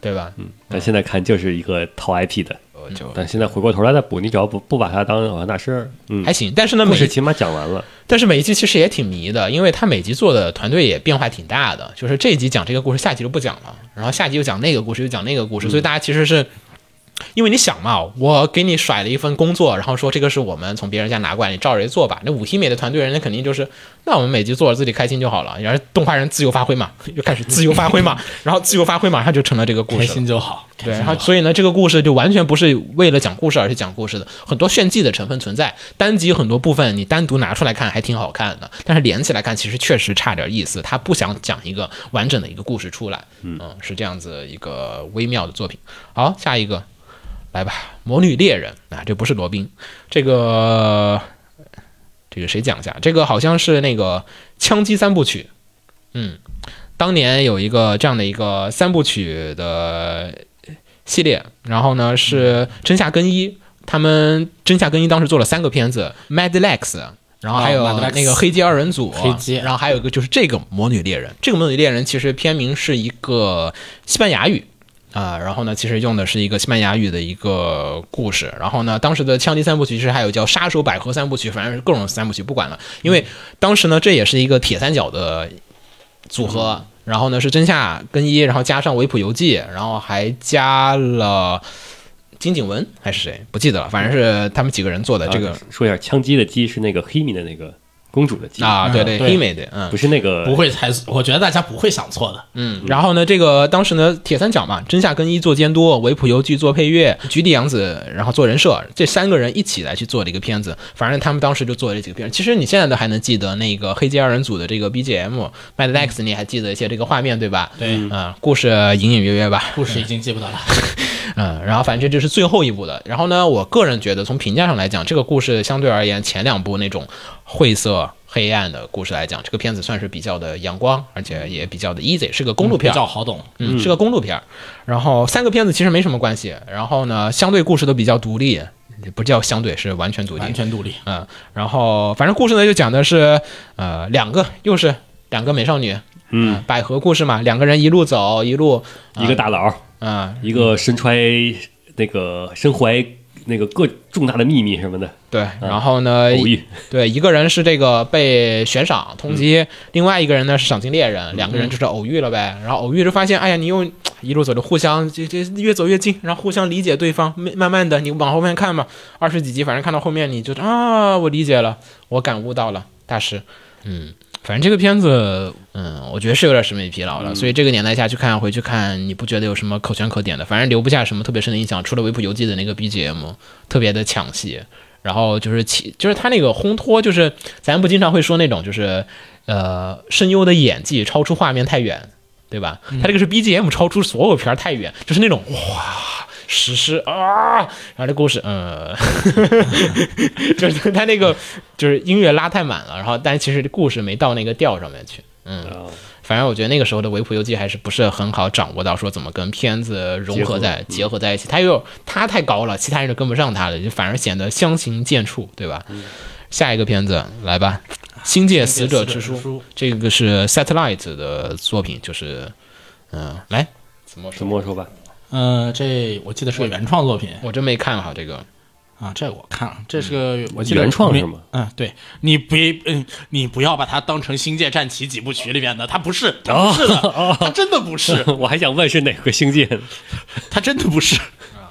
A: 对吧？
B: 但现在看就是一个套 IP 的。
C: 就
B: 但现在回过头来再补，你只要不不把它当偶像大师，嗯，
A: 还行，但是呢，
B: 故
A: 每
B: 事起码讲完了。
A: 但是每一集其实也挺迷的，因为他每集做的团队也变化挺大的，就是这一集讲这个故事，下集就不讲了，然后下集又讲那个故事，又讲那个故事，所以大家其实是。因为你想嘛，我给你甩了一份工作，然后说这个是我们从别人家拿过来，你照着做吧。那五星美的团队人，那肯定就是，那我们每集做着自己开心就好了。然后动画人自由发挥嘛， 就开始自由发挥嘛， 然后自由发挥马上就成了这个故
C: 开
A: 事了。
C: 心就好。
A: 对，
C: 开
A: 然
C: 心
A: 后
C: 就好
A: 所以呢，这个故事就完全不是为了讲故事而去讲故事的，很多炫技的成分存在。单集很多部分你单独拿出来看还挺好看的，但是连起来看其实确实差点意思。他不想讲一个完整的一个故事出来，嗯，是这样子一个微妙的作品。好，下一个，来吧，《魔女猎人》啊，这不是罗宾，这个这个谁讲一下？这个好像是那个《枪击三部曲》，嗯。当年有一个这样的一个三部曲的系列，然后呢是
C: 嗯
A: 真夏根一，他们真夏根一当时做了三个片子，Mad Lex。然后还有
C: 哦，Mad Lex
A: 那个黑街二人组，啊
C: 黑街
A: 然后还有一个就是这个魔女猎人，这个魔女猎人其实片名是一个西班牙语啊、然后呢，其实用的是一个西班牙语的一个故事，然后呢，当时的枪击三部曲其实还有叫杀手百合三部曲，反正是各种三部曲，不管了，因为当时呢，这也是一个铁三角的组合。然后呢是真夏跟一，然后加上维普游记，然后还加了金井文还是谁不记得了，反正是他们几个人做的呃这个
B: 啊说一下，枪击的击是那个黑米的那个公主的击，
A: 啊，对对，
C: 对
A: 黑美的，嗯，
B: 不是那个
C: 不会猜，我觉得大家不会想错的。
A: 嗯，然后呢，这个当时呢，铁三角嘛，真夏根一做监督，维普游记做配乐，菊地洋子然后做人设，这三个人一起来去做的一个片子。反正他们当时就做了这几个片。其实你现在都还能记得那个黑街二人组的这个 BGM，Mad Lex，你还记得一些这个画面对吧？
C: 对
A: 嗯、故事隐隐约约吧。
C: 故事已经记不得了，
A: 嗯，然后反正这是最后一部的。然后呢，我个人觉得从评价上来讲，这个故事相对而言前两部那种晦涩。黑暗的故事来讲，这个片子算是比较的阳光，而且也比较的 easy，是个公路片
C: 比
A: 儿，
C: 较好懂。
A: 嗯，是个公路片儿。然后三个片子其实没什么关系，然后呢，相对故事都比较独立，不叫相对，是完全独立
C: 完。全独立，
A: 嗯，然后反正故事呢就讲的是，呃，两个又是两个美少女，
B: 嗯
A: 呃百合故事嘛，两个人一路走一路，
B: 一个大佬，
A: 嗯、
B: 一个身揣那个身怀那个各重大的秘密什么的
A: 对，然后呢，
B: 偶遇，
A: 对，一个人是这个被悬赏通缉，另外一个人呢是赏金猎人，两个人就是偶遇了呗。然后偶遇就发现，哎呀，你又一路走着互相这这越走越近，然后互相理解对方，慢慢慢的你往后面看吧，二十几集，反正看到后面你就啊，我理解了，我感悟到了，大师，嗯。反正这个片子，嗯，我觉得是有点审美疲劳了，所以这个年代下去看，回去看，你不觉得有什么可圈可点的？反正留不下什么特别深的印象，除了维普游记的那个 BGM 特别的抢戏，然后就是其就是他那个烘托，就是咱不经常会说那种就是呃声优的演技超出画面太远。对吧？他这个是 BGM 超出所有片儿太远，就是那种哇。史诗啊，然后这故事，呃， 就是他那个就是音乐拉太满了，然后但其实这故事没到那个调上面去，嗯，
B: 啊
A: 反正我觉得那个时候的维普游记还是不是很好掌握到说怎么跟片子融合嗯在结合在一起，他又他太高了，其他人就跟不上他了，就反而显得相形见绌，对吧？下一个片子来吧，《星界死者之书》，这个是 Satellite 的作品，就是嗯、来怎么
B: 怎
A: 说？
B: 么说吧？
C: 呃，这我记得是个原创作品
A: 我真没看好这个。
C: 啊，这我看了，这是个我记得
B: 原创
C: 没
B: 是吗？
C: 嗯，对你别，嗯，你不要把它当成《星界战旗》几部曲里边的，它不是，它不是的，它真的不是，
B: 我还想问是哪个星界呢？
C: 它真的不是。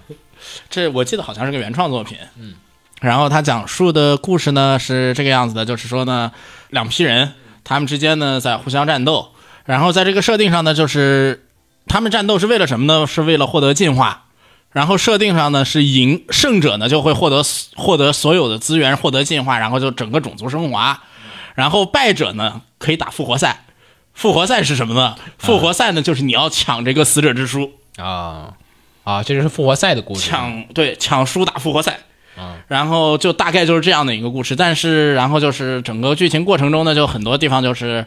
C: 这我记得好像是个原创作品，嗯。然后他讲述的故事呢是这个样子的，就是说呢，两批人他们之间呢在互相战斗，然后在这个设定上呢，就是他们战斗是为了什么呢？是为了获得进化。然后设定上呢是赢胜者呢就会获得获得所有的资源，获得进化，然后就整个种族升华。然后败者呢可以打复活赛，复活赛是什么呢？复活赛呢就是你要抢这个死者之书，
A: 啊啊，这就是复活赛的故事。
C: 抢对抢书打复活赛
A: 嗯。
C: 然后就大概就是这样的一个故事，但是然后就是整个剧情过程中呢，就很多地方就是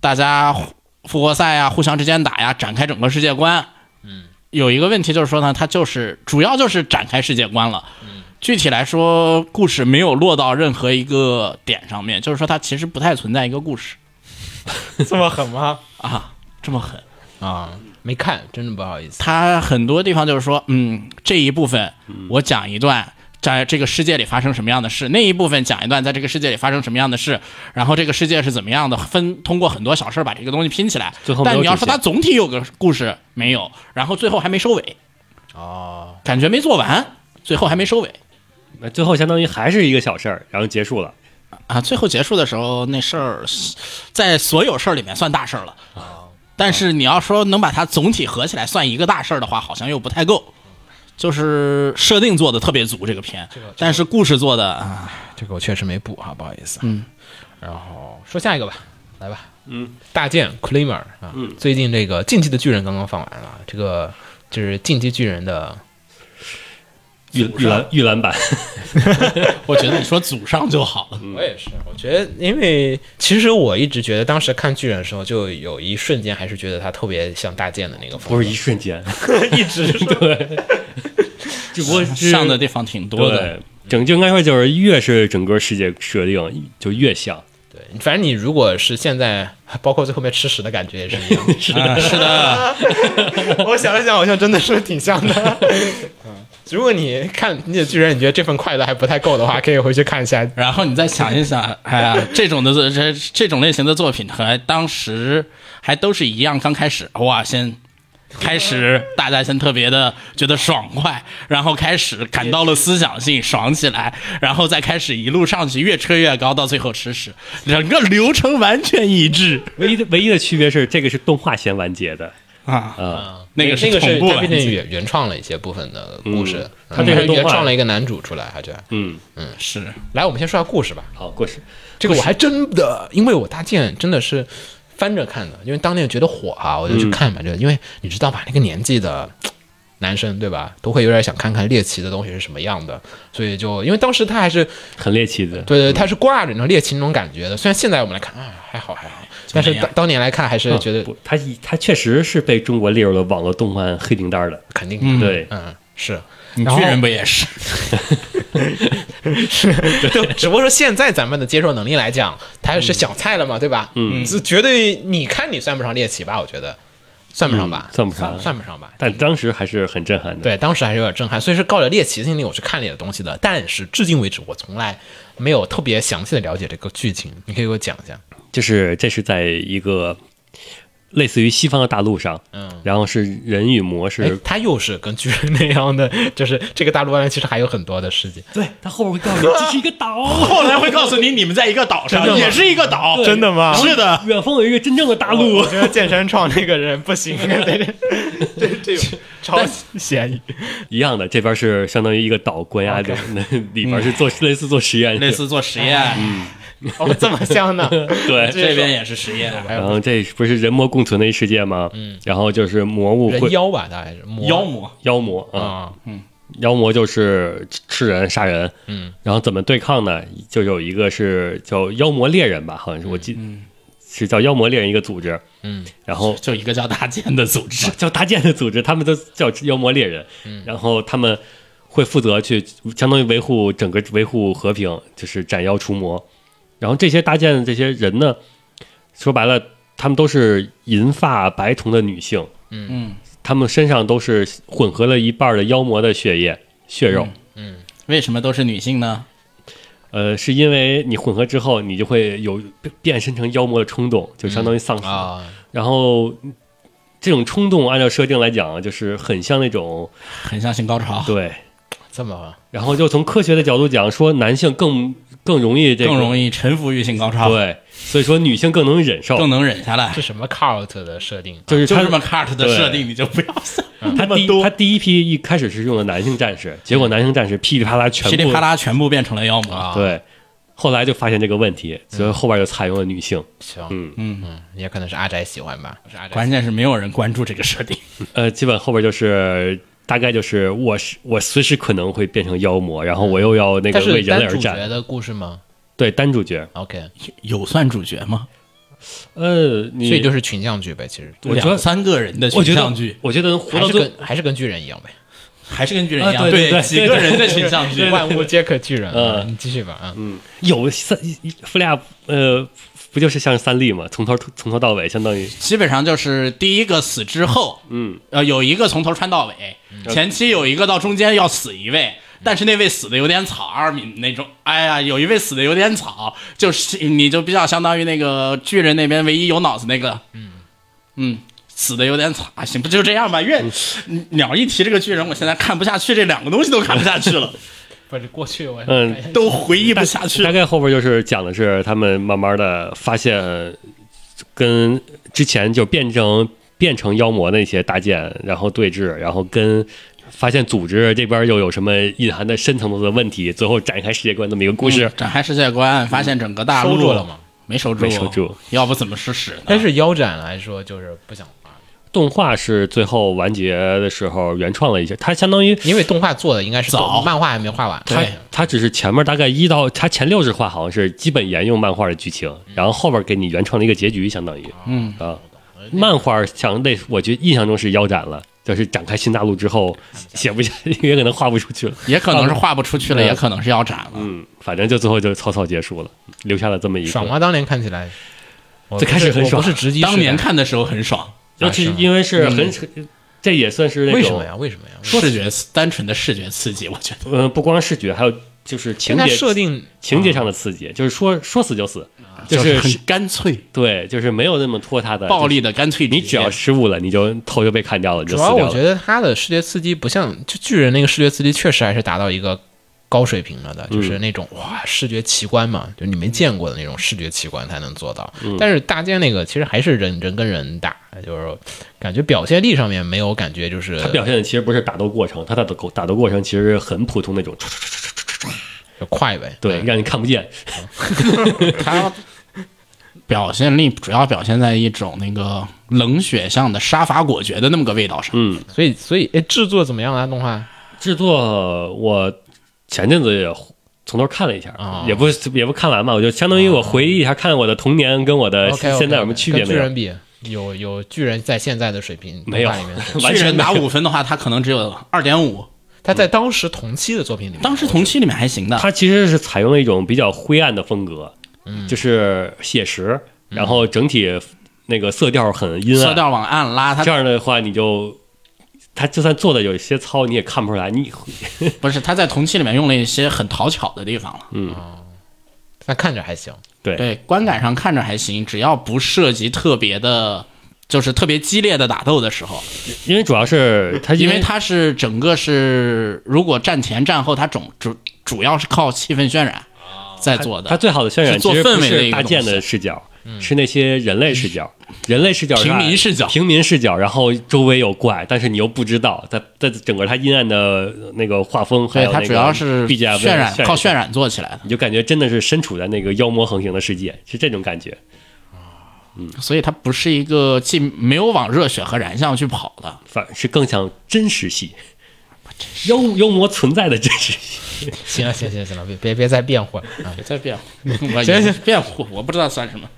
C: 大家互复活赛啊呀，互相之间打呀，展开整个世界观。嗯，有一个问题就是说呢，它就是主要就是展开世界观了。嗯，具体来说，故事没有落到任何一个点上面，就是说它其实不太存在一个故事
A: 这么狠吗？
C: 啊，这么狠。
A: 啊，没看，真的不好意思。
C: 它很多地方就是说，嗯，这一部分
B: 嗯
C: 我讲一段。在这个世界里发生什么样的事，那一部分讲一段在这个世界里发生什么样的事，然后这个世界是怎么样的，分通过很多小事儿把这个东西拼起来
B: 最后。没有
C: 但你要
B: 主
C: 说
B: 线
C: 它总体有个故事没有，然后最后还没收尾，
A: 哦，
C: 感觉没做完，最后还没收尾
B: 那 最后相当于还是一个小事儿，然后结束了。
C: 啊。最后结束的时候，那事儿在所有事儿里面算大事儿了。但是你要说能把它总体合起来算一个大事儿的话，好像又不太够。就是设定做的特别足这个片，但是故事做的啊，
A: 这个我确实没补哈，不好意思。嗯，然后说下一个吧，来吧。嗯，大剑 Claimer 啊，
B: 嗯
A: 最近这个《进击的巨人》刚刚放完了，这个就是《进击巨人》的，
B: 预预览预览版，
C: 我觉得你说祖上就好
B: 嗯
C: 了。
A: 我也是，我觉得，因为其实我一直觉得，当时看巨人的时候，就有一瞬间还是觉得他特别像大剑的那个风格，
B: 不是一瞬 间，一直 对，只不过是
C: 上的地方挺多的，
B: 对，整就应该说就是越是整个世界设定就越像，
A: 对，反正你如果是现在，包括最后面吃屎的感觉也是一样的。
C: 啊是的，
A: 我想了想，好像真的是挺像的。 嗯，如果你看《你的巨人》，你觉得这份快乐还不太够的话，可以回去看一下。
C: 然后你再想一想， 哎呀，这种的作这这种类型的作品和当时还都是一样，刚开始哇，先开始大家先特别的觉得爽快，然后开始感到了思想性，爽起来，然后再开始一路上去，越吹越高，到最后吃屎，整个流程完全一致
B: 唯一的唯一的区别是这个是动画先完结的
C: 啊。
B: 啊，
C: 那个
A: 那个是
C: 是同步
A: 他
C: 完
A: 毕竟
C: 结
A: 原原创了一些部分的故事，
B: 嗯
A: 他这
B: 它
A: 个
B: 这个动画
A: 原创了一个男主出来，还这样。
B: 嗯，
C: 是
A: 来，我们先说下故事吧。
B: 好，过去
A: 这个我还真的，因为我大剑真的是翻着看的，因为当年觉得火啊，我就去看嘛。这、个，因为你知道吧，那个年纪的嘖男生对吧，都会有点想看看猎奇的东西是什么样的，所以就因为当时他还是
B: 很猎奇的，
A: 对对，他是挂着那种猎奇那种感觉的。虽然现在我们来看啊，还好还好，但是
C: 怎么样
A: 当当年来看还是
B: 嗯
A: 觉得
B: 不他一他确实是被中国列入了网络动漫黑名单的，
A: 肯定
C: 嗯
A: 的
B: 对，
A: 嗯是。
C: 你
A: 然后
C: 巨人不也是？
A: 就只不过说现在咱们的接受能力来讲，它是小菜了嘛，对吧？嗯，是绝对，你看你算不上猎奇吧？我觉得算不上吧，
B: 嗯算不上
A: 算不上吧。
B: 但当时还是很震撼的，
A: 对，当时还是有点震撼，所以是抱着猎奇的心理我去看这个东西的。但是至今为止，我从来没有特别详细的了解这个剧情，你可以给我讲一下。
B: 就是这是在一个类似于西方的大陆上，
A: 嗯，
B: 然后是人与魔
A: 哎
B: 是，。
A: 它又是跟巨人那样的，就是这个大陆外面其实还有很多的世界，
B: 对他后边会告 诉你这是一个岛，
C: 后来会告诉你，你们在一个岛
A: 真
C: 上，
A: 的吗
C: 也是一个 岛，
A: 真的吗
C: 是的，
B: 远方有一个真正的
A: 我
B: 大陆
A: 我，觉得剑山创那个人不行，这这这有 超嫌疑。
B: 一样的，这边 是相当于一个岛关押着，那里边是做类似做实验，
C: 类似做实验，
A: 哦，这么香呢？
B: 对，嗯
A: 这
C: 这边也是实验啊，
A: 还
B: 然
A: 有
B: 后这不是人魔共存的一世界吗？嗯，然后就是魔物
A: 人
B: 会
A: 妖吧，大概是魔
C: 妖魔
B: 妖魔啊，
A: 啊，
B: 妖魔就是吃吃人杀人，
A: 嗯，
B: 然后怎么对抗呢？就有一个是叫妖魔猎人吧，好像是我记是叫妖魔猎人一个组织，
A: 嗯，
B: 然后
C: 就一个叫大剑的组织，
B: 叫搭建的组织，他们都叫妖魔猎人，
A: 嗯
B: 然后他们会负责去相当于维护整个维护和平，就是斩妖除魔。然后这些搭建的这些人呢，说白了，他们都是银发白瞳的女性，
C: 嗯，
B: 他们身上都是混合了一半的妖魔的血液血肉。
C: 为什么都是女性呢？
B: 呃，是因为你混合之后，你就会有变身成妖魔的冲动，就相当于丧
C: 嗯
B: 尸。
A: 啊，
B: 然后这种冲动，按照设定来讲，啊就是很像那种
C: 很像性高潮，
B: 对
A: 这么
B: 然后就从科学的角度讲，说男性更更容易这个
C: 更容易臣服于性高潮，
B: 对，所以说女性更能忍受。
C: 更能忍下来
A: 这。什么 cult 的设定？
B: 就是
C: 就
B: 他
C: 这么 cut 的
B: 对
C: 设定，你就不要想。
B: 他第一他第一批一开始是用的男性战士，结果男性战士噼里啪啦全
C: 噼里
B: 部
C: 啪啦全部变成了妖魔
A: 啊
B: 对，后来就发现这个问题，所
C: 嗯
B: 以后边就采用了女性。
A: 行，
B: 嗯
A: 嗯嗯，也可能是阿宅喜欢吧，是阿宅
C: 关键是没有人关注这个设定，
B: 呃，基本后边就是大概就是我是我随时可能会变成妖魔，然后我又要那
A: 它
B: 个
A: 嗯是
B: 为人类
A: 单
B: 而
A: 主
B: 战。嗯
A: 角的故事吗
B: 对单主角，
A: ？OK，
C: 有算主角吗？
B: 呃，你
A: 所以就是群像剧呗，其实
B: 我觉
C: 两
B: 得
C: 三个人的
B: 我
C: 群
B: 觉
C: 像
B: 得
C: 剧，
B: 我觉得能活
A: 还
B: 到
A: 是
B: 最
A: 跟还是跟巨人一样呗，
C: 还是跟巨人一
B: 啊
C: 样，
B: 对对对
C: 几个人的群像剧，
A: 万物皆可巨人。
B: 嗯
A: 你继续吧啊，嗯
B: 有三弗利亚呃，不就是像三例嘛，从头从头到尾，相当于
C: 基本上就是第一个死之后，
B: 嗯，
C: 呃，有一个从头穿到尾，前期有一个到中间要死一位，
B: 嗯
C: 但是那位死的有点草，二米那种，哎呀，有一位死的有点草，就是你就比较相当于那个巨人那边唯一有脑子那个，嗯嗯。死的有点惨，啊行，不就这样吧？越
B: 嗯
C: 鸟一提这个巨人，我现在看不下去，这两个东西都看不下去了，
A: 不是过去我
B: 嗯
C: 都回忆不下去
B: 大。概后边就是讲的是他们慢慢的发现，跟之前就变成变成妖魔那些搭建，然后对峙，然后跟发现组织这边又有什么隐含的深层次的问题，最后展开世界观这么一个故事。
C: 嗯展开世界观，发现整个大陆
A: 收住了吗？
C: 没收住，
B: 没收住，哎
C: 要不怎么是屎呢？
A: 但是腰斩来说就是不想玩，
B: 动画是最后完结的时候原创了一些，它相当于
A: 因为动画做的应该是
C: 早
A: 漫画还没画完。
B: 它它只是前面大概一到它前六十话好像是基本沿用漫画的剧情，然后后边给你原创了一个结局，相当于
C: 嗯
B: 啊，漫画像类似，我觉得印象中是腰斩了，就是展开新大陆之后写不下，也可能画不出去了。
C: 也可能是画不出去了，
B: 嗯
C: 也可能是要斩了。
B: 嗯，反正就最后就草草结束了，留下了这么一
A: 爽
B: 个。
A: 吗？当年看起来，我
B: 最开始很
A: 我
B: 爽
A: 不是直击
C: 当年
A: 视
C: 看的时候很爽，
B: 尤其因为是很，这也算是
A: 角
B: 那
A: 嗯为什
B: 种
A: 么，呀？为什么呀？
C: 视觉单纯的视觉刺激，我觉得
B: 嗯，不光视觉，还有就是情
A: 它
B: 节
A: 设嗯啊定
B: 情节上的刺激，就是说说死就死，就
C: 很
B: 是
C: 干脆、
B: 对，就是没有那么拖沓的
C: 暴力的干脆直接。
B: 你只 要失误了，你就头就被砍掉了，你就
A: 主
B: 死掉
A: 要
B: 了。
A: 我觉得它的视觉刺激不像就巨人那个视觉刺激，确实还是达到一个高水平了的，
B: 嗯
A: 就是那种哇视觉奇观嘛，就你没见过的那种视觉奇观才能做到。
B: 嗯
A: 但是大剑那个其实还是人人跟人打，就是感觉表现力上面没有感觉，就是
B: 他表现的其实不是打斗过程，他打斗打斗过程其实很普通那种，
A: 就快呗。
B: 对，让你看不见。
C: 他表现力主要表现在一种那个冷血向的杀伐果决的那么个味道上。
B: 嗯，
A: 所以所以哎，制作怎么样啊？动画
B: 制作我前阵子也从头看了一下，
A: 啊
B: 也不是也不看完嘛，我就相当于我回忆一
C: 啊
B: 下，看我的童年跟我的
A: OK，
B: 呃现在有什么区别
A: 巨
B: 没有
A: 人？比有有巨人在现在的水平
B: 没有
A: 动画里面是，
B: 完
C: 巨人
B: 全
C: 嗯打
B: 没有。
C: 五分的话，他可能只有二点五，
A: 他在当时同期的作品里面，
C: 当时同期里面还行的。
B: 他其实是采用了一种比较灰暗的风格，
C: 嗯
B: 就是写实，然后整体那个色调很阴
C: 色
B: 暗，
C: 调往暗拉，他
B: 这样的话你就。他就算做的有些糙，你也看不出来。你
C: 啊不是他在同期里面用了一些很讨巧的地方了。
B: 嗯
A: 那看着还行。
C: 对，观感上看着还行，只要不涉及特别的，就是特别激烈的打斗的时候，
B: 因为主要是他，
C: 因为
B: 为
C: 它是整个是如果战前战后，它总主主要是靠气氛渲染在做
B: 它
C: 的。
B: 最好的渲染
C: 是做
B: 其实不
C: 氛围的一
B: 是
C: 个
B: 大
C: 东
B: 剑的
C: 西嗯
B: 视角，是那些人类视角，人类视角是
C: 平民视角
B: 平民视角，然后周围有怪，但是你又不知道，它它整个它阴暗的那个画风，还
C: 对，
B: 有
C: 它
B: 那个
C: 主要是
B: BGM
C: 渲染，靠渲
B: 染，
C: 染做起来的，
B: 你就感觉真的是身处在那个妖魔横行的世界，是这种感觉。
C: 所以它不是一个既没有往热血和燃项去跑的。
B: 反而是更像真实系，妖妖魔存在的真实系。
A: 行了，行行行了，别别别再辩护了啊！
C: 别再辩护， 我
A: 行行
C: 辩护，我不知道算什么。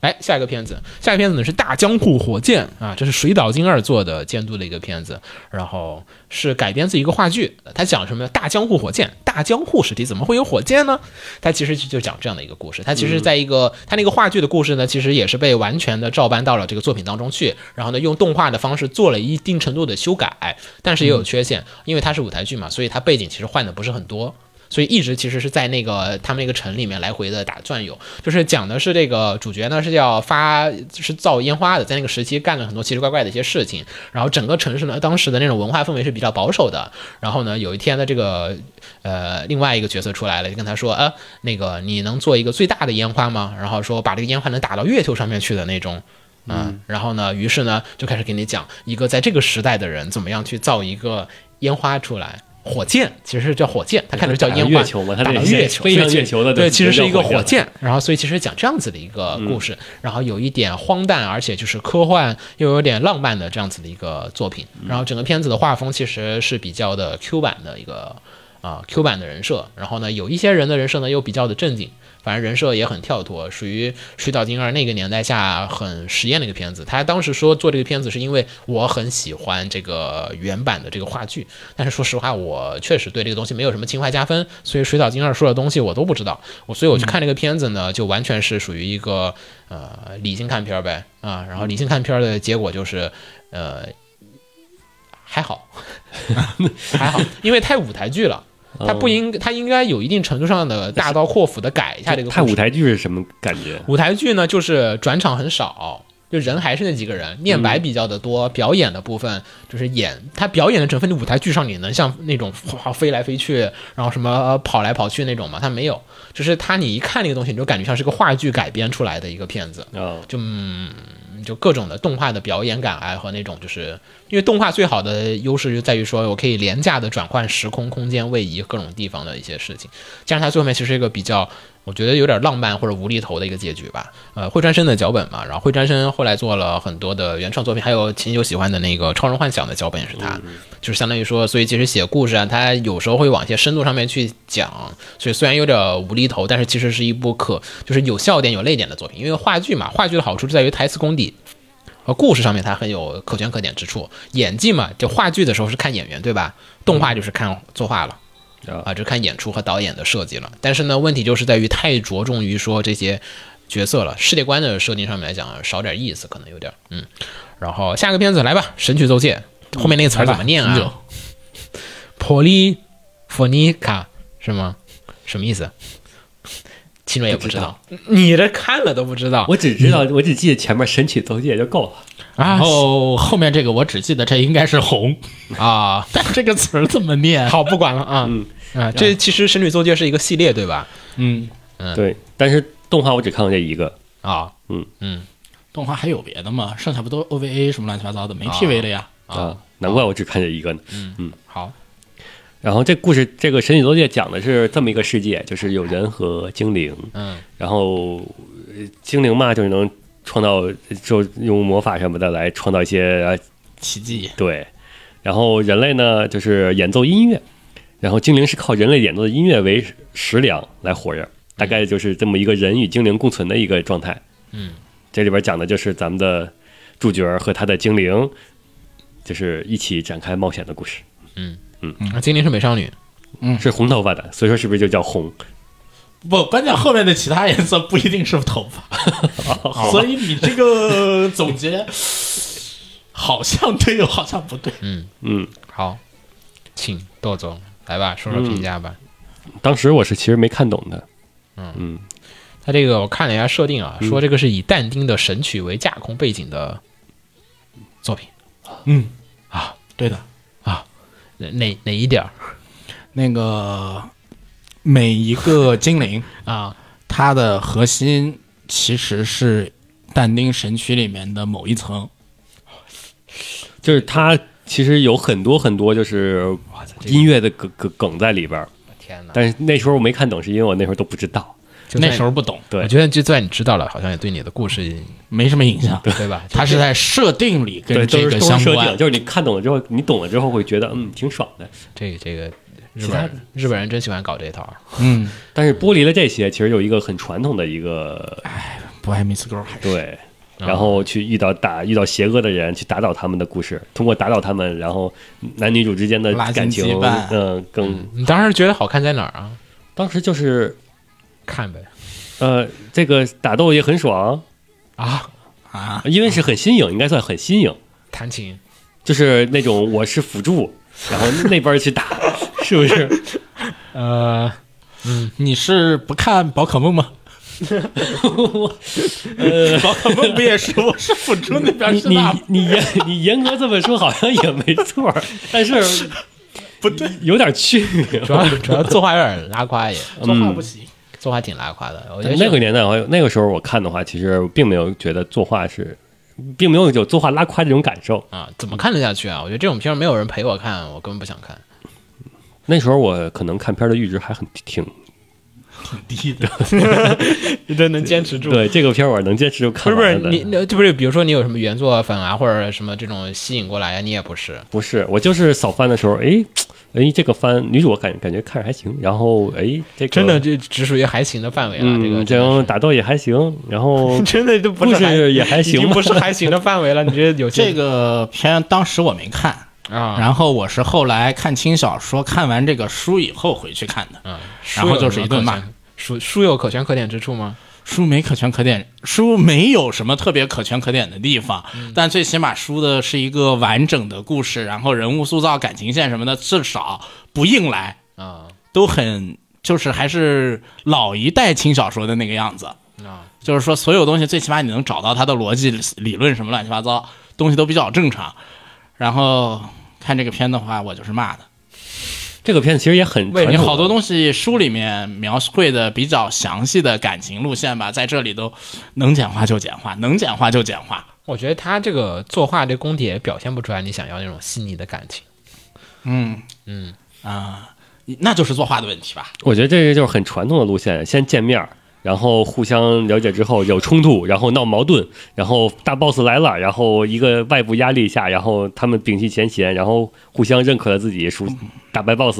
A: 来，哎下一个片子，下一个片子呢是《大江户火箭》啊，这是水岛精二做的监督的一个片子，然后是改编自一个话剧，它讲什么呢？大江户火箭，大江户是底怎么会有火箭呢？它其实就就讲这样的一个故事，它其实在一个它那个话剧的故事呢，其实也是被完全的照搬到了这个作品当中去，然后呢用动画的方式做了一定程度的修改，但是也有缺陷，因为它是舞台剧嘛，所以它背景其实换的不是很多。所以一直其实是在那个他们那个城里面来回的打转悠，就是讲的是这个主角呢是要发是造烟花的，在那个时期干了很多奇奇怪怪的一些事情，然后整个城市呢当时的那种文化氛围是比较保守的，然后呢有一天呢这个呃另外一个角色出来了，就跟他说呃那个你能做一个最大的烟花吗？然后说把这个烟花能打到月球上面去的那种。嗯，然后呢，于是呢，就开始给你讲一个在这个时代的人怎么样去造一个烟花出来。火箭其实是叫火箭，它看着叫烟
B: 打
A: 花，
B: 到月球嘛它
A: 打
B: 得
A: 到
B: 是
A: 月球，
B: 飞上
A: 所以
B: 月球的
A: 对，
B: 对
A: 其实是一个
B: 火
A: 火
B: 箭嗯
A: 箭。然后，所以其实讲这样子的一个故事，然后有一点荒诞，而且就是科幻又有点浪漫的这样子的一个作品。
B: 嗯
A: 然后整个片子的画风其实是比较的 Q 版的一个啊、Q 版的人设，然后呢，有一些人的人设呢又比较的正经，反正人设也很跳脱，属于水岛精二那个年代下很实验的一个片子。他当时说做这个片子是因为我很喜欢这个原版的这个话剧，但是说实话，我确实对这个东西没有什么情怀加分，所以水岛精二说的东西我都不知道。我所以我去看这个片子呢，就完全是属于一个呃理性看片儿呗啊，然后理性看片儿的结果就是呃还好，还好，因为太舞台剧了。它不应，它应该有一定程度上的大刀阔斧的改一下这个故事。
B: 看舞台剧是什么感觉？
A: 舞台剧呢，就是转场很少，就人还是那几个人，念白比较的多，表演的部分就是演他表演的整份的舞台剧上，你能像那种哗飞来飞去，然后什么呃跑来跑去那种吗？他没有，就是他你一看那个东西，你就感觉像是个话剧改编出来的一个片子，
B: 啊，
A: 就嗯，就各种的动画的表演感啊和那种就是因为动画最好的优势就在于说我可以廉价的转换时空、空间、位移各种地方的一些事情，加上它最后面其实是一个比较。我觉得有点浪漫或者无厘头的一个结局吧。呃，会川生的脚本嘛，然后会川生后来做了很多的原创作品，还有秦九喜欢的那个《超人幻想》的脚本也是他，就是相当于说，所以其实写故事啊，他有时候会往一些深度上面去讲，所以虽然有点无厘头，但是其实是一部可就是有笑点有泪点的作品。因为话剧嘛，话剧的好处就在于台词功底。和故事上面它很有可圈可点之处，演技嘛，就话剧的时候是看演员对吧？动画就是看作画了。啊，这看演出和导演的设计了。但是呢，问题就是在于太着重于说这些角色了，世界观的设定上面来讲啊少点意思，可能有点儿嗯。然后下个片子来吧，《神曲奏界》后面那个词儿怎么念
C: 来吧
A: 啊？Polyphonica 是吗？什么意思？ 秦瑞也不知道，你这看了都不知道
B: 我只知道，我只记得前面神曲奏界就够了。
A: 啊
C: 然后后面这个我只记得这应该是红，
A: 啊！
C: 但这个词儿怎么 念？
A: 好，不管了啊啊！这其实《神曲奏界》是一个系列，对吧？
C: 嗯，
B: 对，但是动画我只看过这一个。
A: 啊，
B: 嗯
A: 嗯，
C: 动画还有别的吗？剩下不都 OVA 什么乱七八糟的，没 PV 了呀？
B: 啊，难怪我只看这一个呢。
A: 好，
B: 然后这故事，这个《神曲作界》讲的是这么一个世界，就是有人和精灵，
A: 嗯
B: 然后呃精灵嘛，就是能创造，就用魔法什么的来创造一些呃
C: 奇迹，
B: 对，然后人类呢，就是演奏音乐，然后精灵是靠人类演奏的音乐为食粮来活着，大概就是这么一个人与精灵共存的一个状态。
A: 嗯，
B: 这里边讲的就是咱们的主角和他的精灵，就是一起展开冒险的故事。
A: 精灵是美少女，
B: 是红头发的，所以说是不是就叫红？
C: 不，关键后面的其他颜色不一定是头发，所以你这个总结好像对又好像不对。
B: 嗯，
A: 好，请豆总来吧，说说评价吧。
B: 当时我是其实没看懂的。
A: 他这个我看了一下设定啊，说这个是以但丁的《神曲》为架空背景的作品，
B: 嗯啊
C: 对的，
A: 哪哪哪一点儿
C: 那个每一个精灵
A: 啊？
C: 它的核心其实是但丁神曲里面的某一层。
B: 就是它其实有很多很多就是音乐的梗梗梗在里边
C: 啊
B: 儿，
A: 天哪！
B: 但是那时候我没看懂，是因为我那时候都不知道。
A: 就算
C: 那时候不懂，
B: 对
A: 我觉得就算你知道了，好像也对你的故事
C: 没什么影响。
A: 对吧？
C: 它是在设定里
B: 对，
C: 跟
B: 都
C: 这
B: 是
C: 个
B: 都是
C: 相
B: 设定，
C: 关。
B: 就是你看懂了之后，你懂了之后会觉得嗯挺爽的。
A: 这个这个日
B: 其他
A: 本
B: 的
A: 人日本人真喜欢搞这套。
C: 嗯，
B: 但是剥离了这些，其实有一个很传统的一个
C: 不爱 Miss Girl 还是
B: 对，
C: 啊
B: 然后去遇到打遇到邪恶的人，去打倒他们的故事，通过打倒他们，然后男女主之间的
C: 拉近
B: 感情
C: 羁绊，
B: 嗯，更
A: 你当时觉得好看在哪儿啊？
B: 当时就是
A: 看呗
B: 呃，这个打斗也很爽，
A: 啊，
C: 啊，
B: 因为是很新颖，应该算很新颖，
A: 弹琴
B: 就是那种我是辅助，然后那边去打， 是不是？
A: 呃，
C: 你是不看宝可梦吗？呃， 宝可梦不也是我是辅助那边
B: 你
C: 是
B: 你
C: 吧？
B: 你严你严格这么说好像也没错儿，但是
C: 不对，
B: 有点区别。
A: 主要主要作画有点拉胯也，
C: 说话不行。
A: 作画挺拉胯的。我觉得
B: 哎那个年代的话，那个时候我看的话，其实并没有觉得作画是，并没有有作画拉胯这种感受。
A: 啊，怎么看得下去啊？我觉得这种片儿没有人陪我看，我根本不想看。
B: 那时候我可能看片儿的阈值还很挺，
A: 你真能坚持住
B: 对这个片儿我能坚持就
A: 不
B: 看
A: 是不
B: 完
A: 是
B: 了的。
A: 你，那就不是，比如说你有什么原作粉啊，或者什么这种吸引过来啊，你也不是。
B: 不是我就是扫番的时候，哎哎，这个番女主我感感觉看着还行，然后哎这个
A: 真的，这只属于还行的范围了。
B: 嗯，
A: 哎这个
B: 这
A: 真的
B: 种
A: 是
B: 打斗也还行，然后
A: 真的就不
B: 故事
A: 还
B: 也还
A: 已
B: 行
A: 经
B: 吧
A: 不是还行的范围了。你这有
C: 这个片当时我没看，
A: 啊，
C: 然后我是后来看轻小说，看完这个书以后回去看的。
A: 嗯
C: 然后就是一顿骂。
A: 书书有可圈可点之处吗？
C: 书没可圈可点，书没有什么特别可圈可点的地方，但最起码书的是一个完整的故事，然后人物塑造、感情线什么的，至少不硬来，
A: 啊
C: 都很就是还是老一代轻小说的那个样子。
A: 啊，
C: 就是说所有东西最起码你能找到它的逻辑、理论什么乱七八糟东西都比较正常。然后看这个片的话，我就是骂的，
B: 这个片子其实也很
A: 为什
B: 传
C: 你
A: 么
B: 统，
C: 好多东西书里面描绘的比较详细的感情路线吧，在这里都能简化就简化，能简化就简化。
A: 我觉得他这个作画这功底也表现不出来你想要那种细腻的感情。
C: 嗯
A: 嗯
C: 啊、那就是作画的问题吧。
B: 我觉得这就是很传统的路线，先见面儿，然后互相了解之后有冲突，然后闹矛盾，然后大 boss 来了，然后一个外部压力下，然后他们摒弃前嫌，然后互相认可了自己属打败 boss。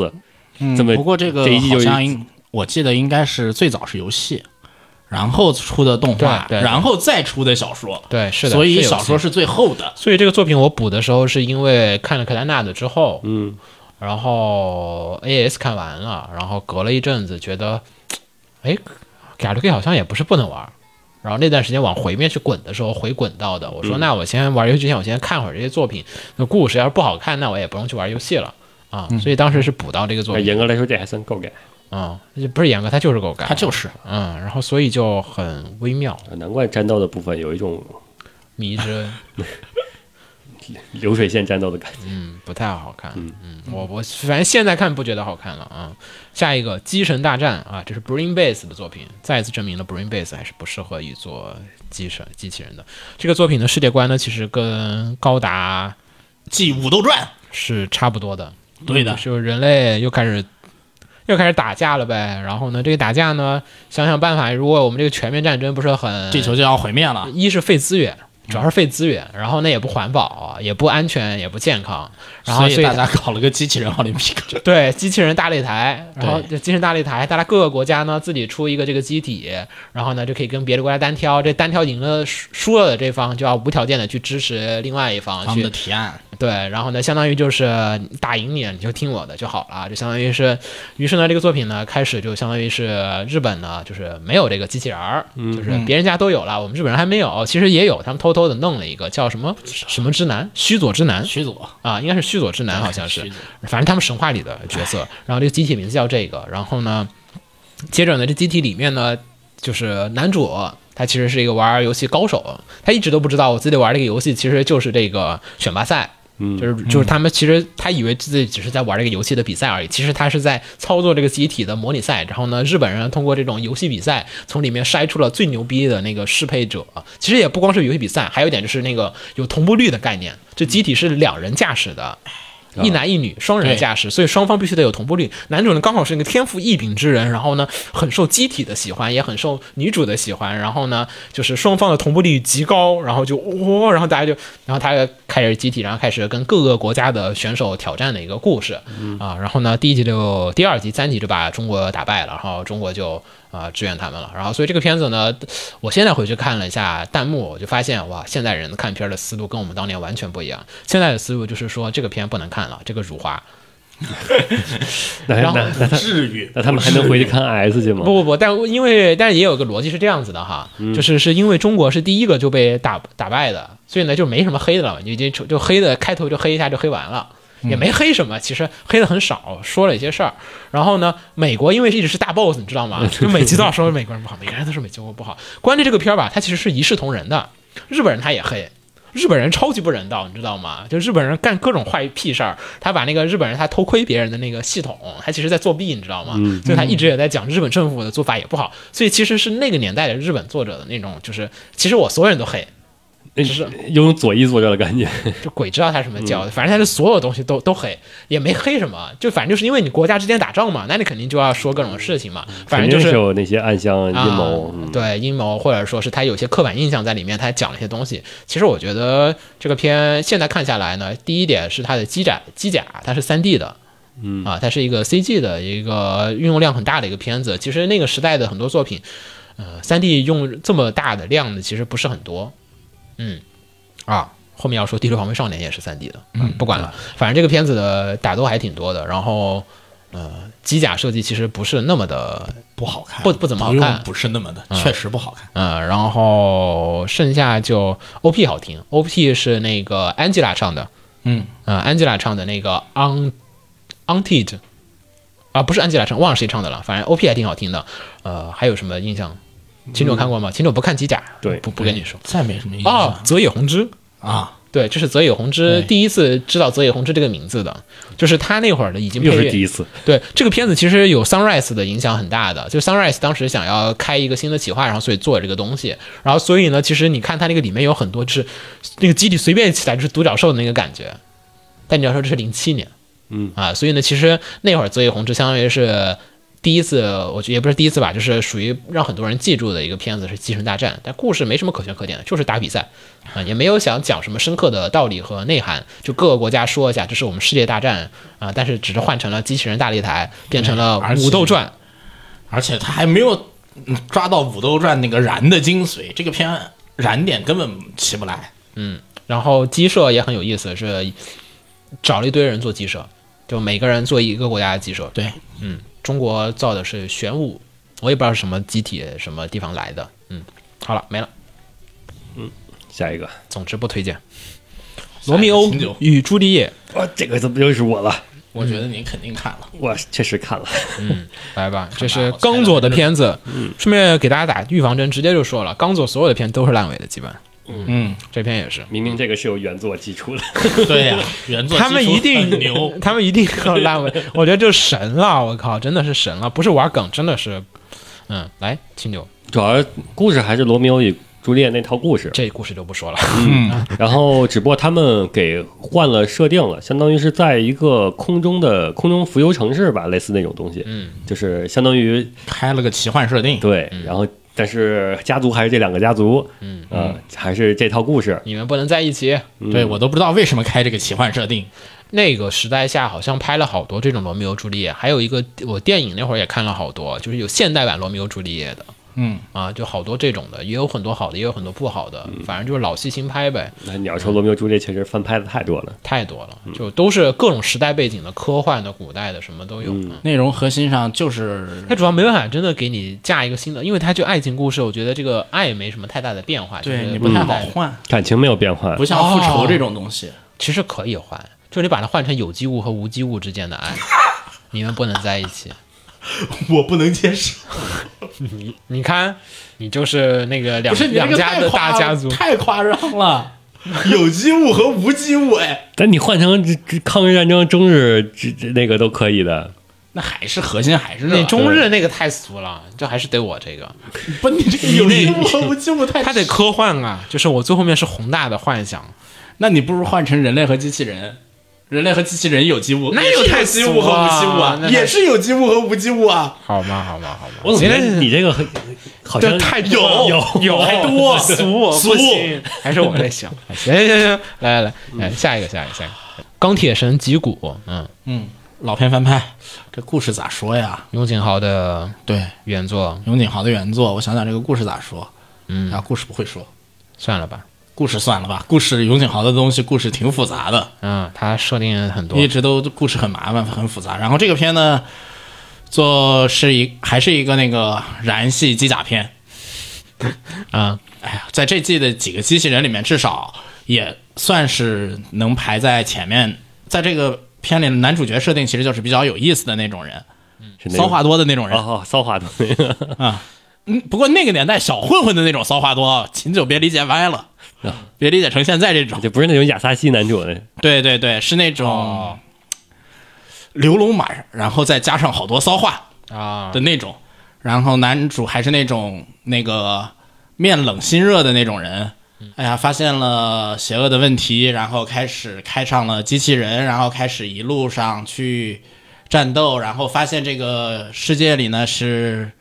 C: 嗯
B: 这么
C: 不过这个
B: 这一季就
C: 好
B: 是
C: 像应我记得应该是最早是游戏，然后出的动画，
A: 对对对
C: 然后再出的小说。
A: 对，是的。
C: 所以
A: 是有
C: 小说
A: 戏，
C: 是最后的，
A: 所以这个作品我补的时候是因为看了克莱纳的之后，
B: 嗯，
A: 然后 AS 看完了，然后隔了一阵子觉得，哎，GLK 好像也不是不能玩儿。然后那段时间往回面去滚的时候，回滚到的。我说，那我先玩游戏之前，我先看会儿这些作品。那故事要是不好看，那我也不用去玩游戏了啊。所以当时是补到这个作
B: 那
A: 品
B: 哎严格来说这还算够改，
A: 啊、不是严哎格，它就是够干，
C: 它就是
A: 嗯。然后所以就很微妙，
B: 难怪战斗的部分有一种
A: 迷之恩
B: 流水线战斗的感觉。
A: 嗯，不太好看。嗯我我反正现在看不觉得好看了啊。下一个《机神大战》啊，这是 Brain Base 的作品，再一次证明了 Brain Base 还是不适合于做机神机器人的。这个作品的世界观呢，其实跟高达
C: 继《武斗传
A: 是差不多的。》。
C: 对的，
A: 就是人类又开始又开始打架了呗。然后呢，这个打架呢，想想办法，如果我们这个全面战争不是很
C: 地球就要毁灭了。
A: 一是费资源。主要是费资源，然后呢也不环保，也不安全，也不健康，然后
C: 所
A: 所以
C: 大家搞了个机器人奥林匹克，
A: 对，机器人大擂台，然后这机器人大擂台，大家各个国家呢自己出一个这个机体，然后呢就可以跟别的国家单挑，这单挑赢了输输了的这方就要无条件的去支持另外一方
C: 他们
A: 去
C: 的提案
A: 对，然后呢，相当于就是打赢你，你就听我的就好了，就相当于是，于是呢，这个作品呢开始就相当于是日本呢就是没有这个机器人儿，
C: 嗯
A: 就是别人家都有了，我们日本人还没有，其实也有，他们偷偷的弄了一个叫什么什么之男，须佐之男，
C: 须佐
A: 啊，应该是须佐之男，好像是
C: 须佐，
A: 反正他们神话里的角色。
B: 哎
A: 然后这个机体名字叫这个，然后呢，接着呢，这机体里面呢，就是男主他其实是一个玩儿游戏高手，他一直都不知道我自己玩这个游戏其实就是这个选拔赛。
B: 嗯
A: 就是就是他们其实他以为自己只是在玩这个游戏的比赛而已，其实他是在操作这个集体的模拟赛。然后呢，日本人通过这种游戏比赛，从里面筛出了最牛逼的那个适配者。其实也不光是游戏比赛，还有一点就是那个有同步率的概念，这集体是两人驾驶的。一男一女双人驾驶，所以双方必须得有同步率。男主呢刚好是一个天赋异禀之人，然后呢很受机体的喜欢，也很受女主的喜欢。然后呢就是双方的同步率极高，然后就哇、然后大家就，然后他开始集体，然后开始跟各个国家的选手挑战的一个故事、啊。然后呢第一集就第二集、三集就把中国打败了，然后中国就。啊、支援他们了，然后所以这个片子呢，我现在回去看了一下弹幕，我就发现哇，现在人看片的思路跟我们当年完全不一样。现在的思路就是说这个片不能看了，这个辱华，
B: 那
A: 然后
B: 那那他
D: 至于
B: 那他们还能回去看 S 去 吗
A: 不？不不，但因为但是也有个逻辑是这样子的哈，就是是因为中国是第一个就被打打败的，所以呢就没什么黑的了，你就就就黑的开头就黑一下就黑完了。也没黑什么，其实黑的很少，说了一些事儿。然后呢，美国因为一直是大 boss，你知道吗？就每集都要说美国人不好，每个人都说美国不好。关键这个片儿吧，它其实是一视同仁的，日本人他也黑。日本人超级不人道，你知道吗？就日本人干各种坏屁事儿，他把那个日本人他偷窥别人的那个系统，他其实在作弊，你知道吗？
B: 嗯
A: 所以他一直也在讲日本政府的做法也不好，所以其实是那个年代的日本作者的那种，就是其实我所有人都黑，
B: 那
A: 是
B: 有种左翼作者的感觉。
A: 就鬼知道他什么
B: 嗯
A: 教的，反正他是所有东西都都黑，也没黑什么，就反正就是因为你国家之间打仗嘛，那你肯定就要说各种事情嘛，反正
B: 肯
A: 就
B: 定
A: 是
B: 是有那些暗箱阴谋。
A: 啊
B: 嗯，
A: 对阴谋，或者说是他有些刻板印象在里面，他讲了一些东西。其实我觉得这个片现在看下来呢，第一点是它的机甲，机甲它是三 D 的。嗯啊，它是一个 CG 的一个运用量很大的一个片子。其实那个时代的很多作品，呃，三 D 用这么大的量的其实不是很多。嗯，啊，后面要说《第六防卫少年》也是三 D 的，嗯，不管了，反正这个片子的打斗还挺多的。然后，呃，机甲设计其实不是那么的
D: 不好看，
A: 不不怎么好
D: 用
A: 看
D: 不是那么的，确实不好看。
A: 嗯，然后剩下就 OP 好听，OP 是那个 Angela 唱的，
C: 嗯，
A: 呃，Angela 唱的那个 Un Unted 啊，不是 Angela 唱，忘了谁唱的了，反正 OP 还挺好听的。呃，还有什么印象？秦九看过吗？秦九不看机甲，
B: 嗯对
A: 不不跟你说。
C: 再没什么印象
A: 哦
C: 了，
A: 泽野弘之，
C: 啊。
A: 对，这是泽野弘之
C: 对
A: 第一次知道泽野弘之这个名字的，就是他那会儿的已经配
B: 又
A: 乐
B: 是第一次，
A: 对这个片子其实有 Sunrise 的影响很大的，就 Sunrise 当时想要开一个新的企划，然后所以做这个东西，然后所以呢，其实你看它那个里面有很多就是那个机体随便起来就是独角兽的那个感觉，但你要说这是零七年，
B: 嗯
A: 啊，所以呢，其实那会儿泽野弘之相当于是。第一次，我觉得也不是第一次吧，就是属于让很多人记住的一个片子是《机神大战》，但故事没什么可圈可点的，就是打比赛，啊，也没有想讲什么深刻的道理和内涵，就各个国家说一下，这是我们世界大战啊，但是只是换成了机器人大擂台，变成了
C: 哎而且
A: 武斗传，
C: 而且他还没有嗯抓到《武斗传》那个燃的精髓，这个片燃点根本起不来。
A: 然后鸡舍也很有意思，是找了一堆人做鸡舍，就每个人做一个国家的鸡舍。
C: 对，
A: 嗯，中国造的是玄武，我也不知道是什么集体什么地方来的。嗯，好了，没了。
B: 下一个，
A: 总之不推荐《罗密欧
C: 秦九
A: 与朱丽叶
B: 哇，这个怎么又是我了？
C: 我觉得你肯定看了。
B: 我确实看了，》，
A: 来吧，这是刚佐的片子。
C: 嗯
A: 顺便给大家打预防针，直接就说了，刚佐所有的片都是烂尾的，基本
C: 嗯，
A: 这篇也是。
B: 明明这个是有原作基础的，
C: 对呀、原作
A: 他们
C: 技术
A: 一定，
C: 很牛
A: 他们一定要烂尾，我觉得就神了，我靠，真的是神了，不是玩梗，真的是，嗯，来，秦九，
B: 主要故事还是罗密欧与朱丽叶那套故事，
A: 这故事就不说了，
B: 然后只不过他们给换了设定了，相当于是在一个空中的空中浮游城市吧，类似那种东西，
A: 嗯，
B: 就是相当于
C: 开了个奇幻设定。
B: 对，然后但是家族还是这两个家族，
A: 嗯
B: 啊，还是这套故事，
A: 你们不能在一起。
C: 对我都不知道为什么开这个奇幻设定。
A: 那个时代下，好像拍了好多这种罗密欧朱丽叶，还有一个我电影那会儿也看了好多，就是有现代版罗密欧朱丽叶的
C: 嗯，
A: 啊，就好多这种的，也有很多好的，也有很多不好的，反正就是老戏新拍呗，
B: 那你要说罗密欧朱丽叶，确实翻拍的太多了，
A: 太多了，就都是各种时代背景的、科幻的、古代的，什么都有。嗯
C: 内容核心上就是
A: 它主要没办法真的给你架一个新的，因为它就爱情故事，我觉得这个爱没什么太大的变化。就
C: 对
A: 是
C: 你不太好
A: 嗯
C: 换，
B: 感情没有变化
C: 不，像复仇
D: 哦
C: 这种东西。
A: 其实可以换，就是你把它换成有机物和无机物之间的爱，你们不能在一起。
D: 我不能接受，
A: 你看，你就是那个两
C: 不是你这
A: 两
C: 个
A: 家
C: 太
A: 的
C: 夸
A: 大家族，
C: 太夸张了。
D: 有机物和无机物，哎，
B: 但你换成这这抗日战争、中日这这那个都可以的。
C: 那还是核心还是
A: 那
C: 热
A: 中日那个太俗了，这还是得我这个，
C: 不，你这个
D: 有
C: 有
D: 机
C: 那
D: 物和无机物太
A: 他得科幻啊，就是我最后面是宏大的幻想，
C: 那你不如换成人类和机器人，人类和机器人有机物，
A: 那
C: 也是
A: 有太
D: 有机物和无机物
A: 俗啊
D: 啊
A: 那，
D: 也是有机物和无机物啊。
A: 好吗？好吗？好吗？
B: 我怎么觉得
A: 你
B: 你这个很好像
A: 这太
B: 有
A: 多了
B: 有
A: 有
B: 太
A: 多
B: 多
A: 俗
B: 俗
A: 不行 还是我在想，行行行，行来来来，来下一个下一个下一个，钢铁神吉古，嗯，
C: 嗯，老片翻拍，这故事咋说呀？
A: 永井豪的
C: 对，
A: 原作，
C: 永井豪的原作，我想想这个故事咋说？嗯，啊，故事不会说，
A: 算了吧，
C: 故事算了吧，故事永井豪的东西，故事挺复杂的，
A: 嗯，他设定很多
C: 一，直都故事很麻烦，很复杂。然后这个片呢，做是一还是一个那个燃系机甲片。
A: 嗯，
C: 哎呀，在这季的几个机器人里面，至少也算是能排在前面。在这个片里，男主角设定其实就是比较有意思的那种人，
B: 是那
C: 骚话
B: 种
C: 多的那种人。
B: 哦，哦骚话多那个
C: 嗯，不过那个年代小混混的那种骚话多，秦九别理解歪了，别理解成现在这种。
B: 就不是那种亚萨西男主的，
C: 对对对，是那种流龙马，然后再加上好多骚话
A: 啊
C: 的那种。然后男主还是那种那个面冷心热的那种人。哎呀，发现了邪恶的问题，然后开始开上了机器人，然后开始一路上去战斗，然后发现这个世界里呢是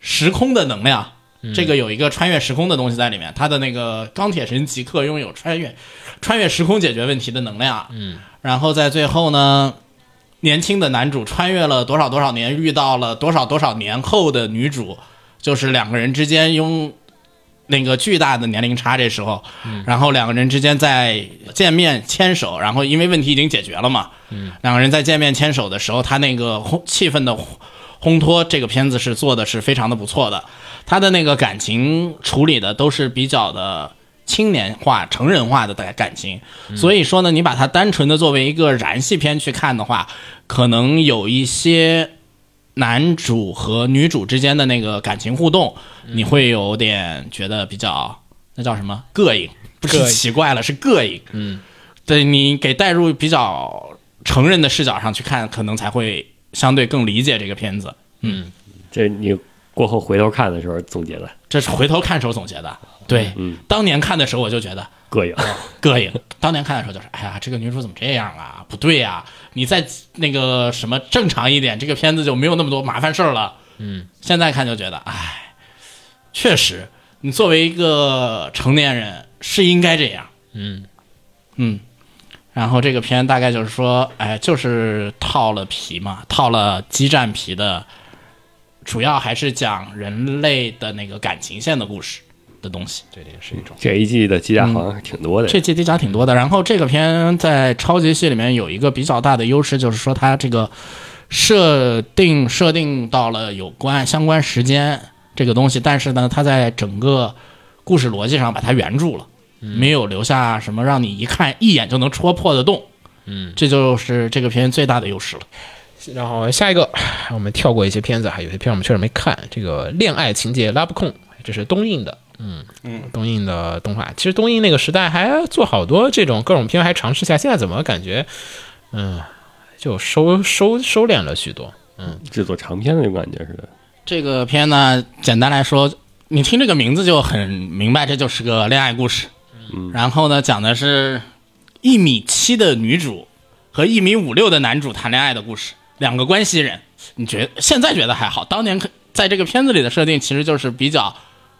C: 时空的能量，
A: 嗯
C: 这个有一个穿越时空的东西在里面。他的那个钢铁神极客拥有穿越穿越时空解决问题的能量。嗯，然后在最后呢，年轻的男主穿越了多少多少年，遇到了多少多少年后的女主，就是两个人之间拥那个巨大的年龄差。这时候，然后两个人之间在见面牵手，然后因为问题已经解决了嘛，两个人在见面牵手的时候，他那个烘气氛的烘烘托，这个片子是做的是非常的不错的，他的那个感情处理的都是比较的。青年化、成人化的感情，所以说呢，你把它单纯的作为一个燃系片去看的话，可能有一些男主和女主之间的那个感情互动，你会有点觉得比较那叫什么膈应，不
A: 膈
C: 是
A: 应
C: 奇怪了，是膈应。嗯，对你给带入比较成人的视角上去看，可能才会相对更理解这个片子。
B: 这你过后回头看的时候总结的
C: 这是回头看时候总结的。对，当年看的时候我就觉得
B: 膈应。
C: 膈应。当年看的时候就是，哎呀，这个女主怎么这样啊？不对呀、你再那个什么正常一点，这个片子就没有那么多麻烦事儿了。嗯，现在看就觉得，哎，确实，你作为一个成年人是应该这样。嗯嗯，然后这个片大概就是说，哎，就是套了皮嘛，套了激战皮的，主要还是讲人类的那个感情线的故事的东西。
A: 这点是一种，
B: 这一季的机甲好像挺多的，
C: 这季机甲挺多的。然后这个片在超级系里面有一个比较大的优势，就是说它这个设定设定到了有关相关时间这个东西，但是呢，它在整个故事逻辑上把它圆住了，没有留下什么让你一看一眼就能戳破的洞。嗯，这就是这个片最大的优势了。
A: 然后下一个 我们跳过一些片子，还有些片我们确实没看，这个恋爱情节拉不控，这是东映的。嗯嗯，东映的动画，其实东映那个时代还做好多这种各种片，还尝试一下。现在怎么感觉，嗯，就收收收敛了许多。
B: 制作长片的那种感觉似的。
C: 这个片呢，简单来说，你听这个名字就很明白，这就是个恋爱故事。然后呢，讲的是一米七的女主和一米五六的男主谈恋爱的故事，两个关系人。你觉现在觉得还好，当年可在这个片子里的设定其实就是比较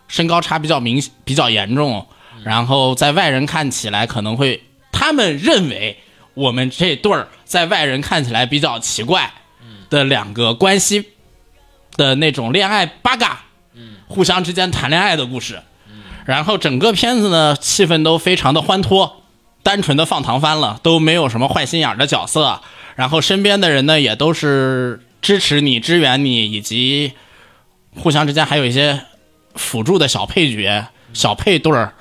C: 身高差比较明比较严重，然后在外人看起来可能会他们认为我们这对儿在外人看起来比较奇怪的两个关系的那种恋爱八嘎，互相之间谈恋爱的故事。然后整个片子呢，气氛都非常的欢脱，单纯的放糖番了，都没有什么坏心眼儿的角色。然后身边的人呢，也都是支持你、支援你，以及互相之间还有一些辅助的小配角、小配对儿。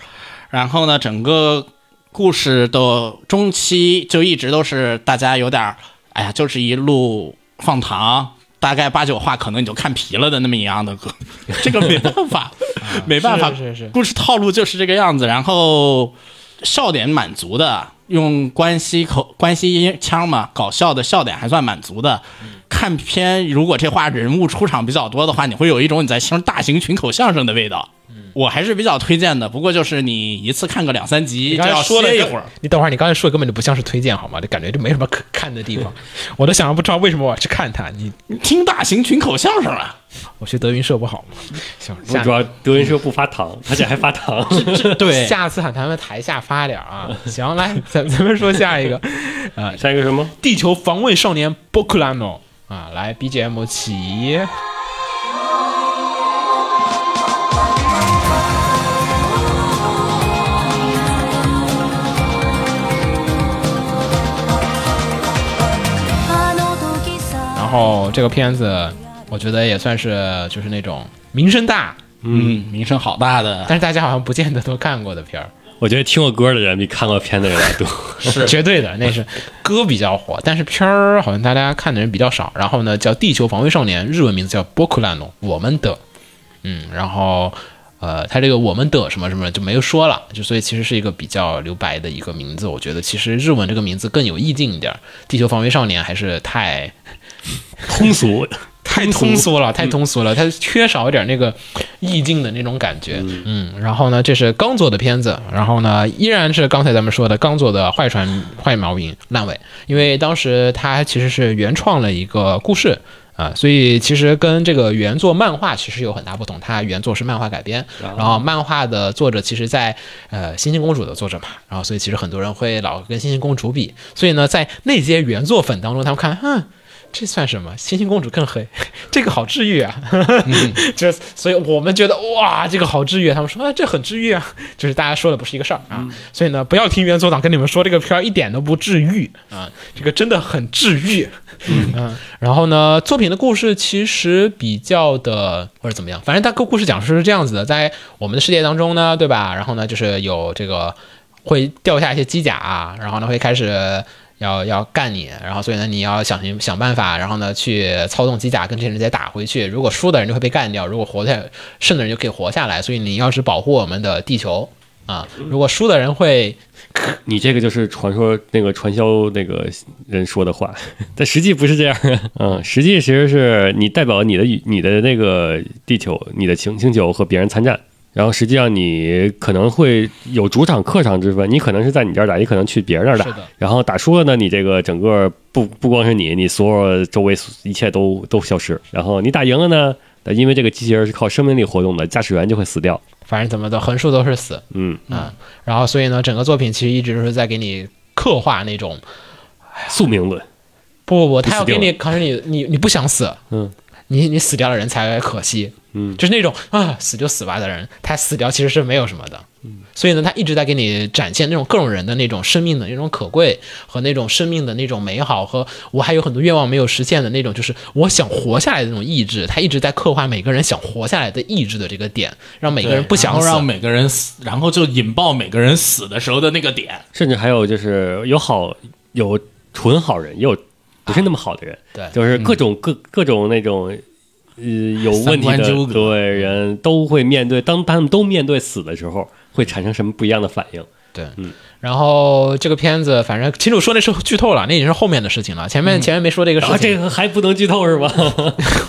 C: 然后呢，整个故事的中期就一直都是大家有点儿，哎呀，就是一路放糖，大概八九话可能你就看皮了的那么一样的歌，这个没办法，没办 法，
A: 是是是
C: 故事套路就是这个样子。然后笑点蛮足的，用关西口关西音腔嘛，搞笑的笑点还算蛮足的。
A: 嗯
C: 看片如果这话人物出场比较多的话，你会有一种你在听大型群口相声的味道。
A: 嗯
C: 我还是比较推荐的，不过就是你一次看个两三集，
A: 你
C: 就
A: 刚才
C: 要
A: 说了
C: 歇一会儿。，
A: 你等会儿，你刚才说的根本就不像是推荐，好吗？这感觉就没什么可看的地 方，我都想不出来为什么我要去看它。你，
C: 你听大型群口相声啊，
A: 我学德云社不好吗？行，
B: 我
A: 下
B: 主要德云社不发糖，而且还发糖。
C: 对
A: 下次喊他们台下发点儿 啊。行，来，咱咱们说下一个，呃，
B: 下一个什么？
A: 地球防卫少年波库拉诺啊，来 BGM 起。然后这个片子，我觉得也算是就是那种名声大，
C: 嗯，名声好大的，
A: 但是大家好像不见得都看过的片儿，
B: 我觉得听过歌的人比看过片的人要多。
A: 是 绝对的，那是歌比较火，但是片儿好像大家看的人比较少。然后呢，叫《地球防卫少年》，日文名字叫《波库兰诺》，我们的，嗯，然后呃，他这个我们的什么什么就没有说了，就所以其实是一个比较留白的一个名字。我觉得其实日文这个名字更有意境一点儿，《地球防卫少年》还是太
B: 通 俗，
A: 太通俗嗯了，太通俗了，它缺少一点那个意境的那种感觉。嗯，然后呢，这是刚做的片子，然后呢，依然是刚才咱们说的刚做的坏传坏毛病烂尾，因为当时他其实是原创了一个故事。啊，所以其实跟这个原作漫画其实有很大不同，它原作是漫画改编，然后漫画的作者其实在呃《星星公主》的作者嘛，然后所以其实很多人会老跟《星星公主》比，所以呢，在那些原作粉当中，他们看，嗯，这算什么？星星公主更黑，这个好治愈啊！ 就是，所以我们觉得哇，这个好治愈啊。他们说啊，这很治愈啊。 就是大家说的不是一个事儿啊。所以呢，不要听原作党跟你们说这个片儿一点都不治愈啊，这个真的很治愈。 嗯，然后呢，作品的故事其实比较的或者怎么样，反正它个故事讲述是这样子的，在我们的世界当中呢，对吧？然后呢，就是有这个会掉下一些机甲、啊然后呢会开始。要要干你，然后所以呢，你要想尽想办法，然后呢去操纵机甲跟这些人再打回去。如果输的人就会被干掉，如果活下胜的人就可以活下来。所以你要是保护我们的地球啊，如果输的人会
B: 你这个就是传说那个传销那个人说的话， 但实际不是 这样啊。嗯，实际其实是你代表你的你的那个地球、你的星星球和别人参战，然后实际上你可能会有主场客场之分，你可能是在你这儿打，也可能去别人那儿
A: 是
B: 打
A: 的，
B: 然后打输了呢，你这个整个不不光是你，你所有周围一切都都消失，然后你打赢了呢。因为这个机器人是靠生命力活动的，驾驶员就会死掉。
A: 反正怎么的横竖都是死，
B: 嗯，
A: 啊，然后所以呢，整个作品其实一直是在给你刻画那种哎
B: 宿命论。
A: 不不不，他
B: 死
A: 要给
B: 掉
A: 你，可是你你你不想死，
B: 嗯，
A: 你你死掉的人才可惜，
B: 嗯
A: 就是那种啊死就死吧的人，他死掉其实是没有什么的，嗯，所以呢，他一直在给你展现那种各种人的那种生命的那种可贵和那种生命的那种美好，和我还有很多愿望没有实现的那种，就是我想活下来的那种意志，他一直在刻画每个人想活下来的意志的这个点，让每个人不想
C: 然后
A: 死，
C: 让每个人死，然后就引爆每个人死的时候的那个点。
B: 甚至还有就是有好有纯好人，也有不是那么好的人，
A: 对
B: 就是各种各各种那种呃有问题
C: 三观纠
B: 的
C: 葛
B: 对人都会面对，当他们都面对死的时候，会产生什么不一样的反应？
A: 对，然后这个片子反正秦主说那是剧透了，那已经是后面的事情了，
B: 嗯
A: 前面、前面没说这个事
B: 然
A: 情，
B: 后啊这个还不能剧透是 吧？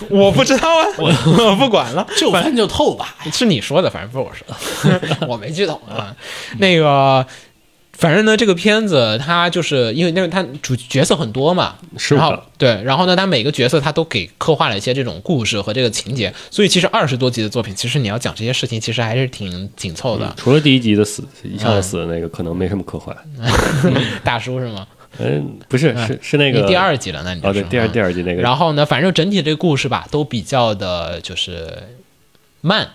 A: 我不知道啊，我我不管了，
C: 就翻就透吧。
A: 是你说的，反正不是我说 的，我没剧透啊。那个，反正呢，这个片子它就是因为那个它主角色很多嘛，
B: 是
A: 然后
B: 的，
A: 对，然后呢，它每个角色它都给刻画了一些这种故事和这个情节，所以其实二十多集的作品，其实你要讲这些事情，其实还是挺紧凑的。
B: 除了第一集的死，一上来死的那个可能没什么可换。
A: 大叔是吗？
B: 嗯，不是，是是那
A: 你
B: 个
A: 第二集了，那你就
B: 哦，对，
A: 是
B: 第二
A: 嗯
B: 第二集那个，
A: 然后呢，反正整体这个故事吧，都比较的就是慢，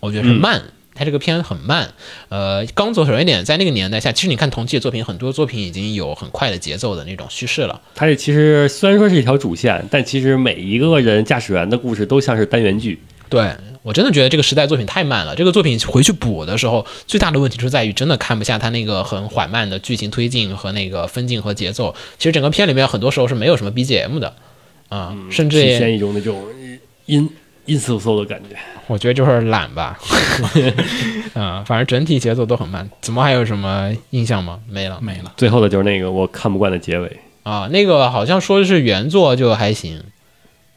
A: 我觉得是慢。
B: 嗯
A: 它这个片很慢，呃，刚左手一点，在那个年代下，其实你看同期的作品，很多作品已经有很快的节奏的那种叙事了。
B: 它这其实虽然说是一条主线，但其实每一个人驾驶员的故事都像是单元剧。
A: 对我真的觉得这个时代作品太慢了。这个作品回去补的时候，最大的问题是在于真的看不下它那个很缓慢的剧情推进和那个分镜和节奏。其实整个片里面很多时候是没有什么 BGM 的，啊、甚至
B: 嗯体
A: 也
B: 现一种那种阴阴飕飕的感觉。
A: 我觉得就是懒吧， 啊、反正整体节奏都很慢。怎么还有什么印象吗？没了，
C: 没了。
B: 最后的就是那个我看不惯的结尾，
A: 啊。那个好像说是原作就还行，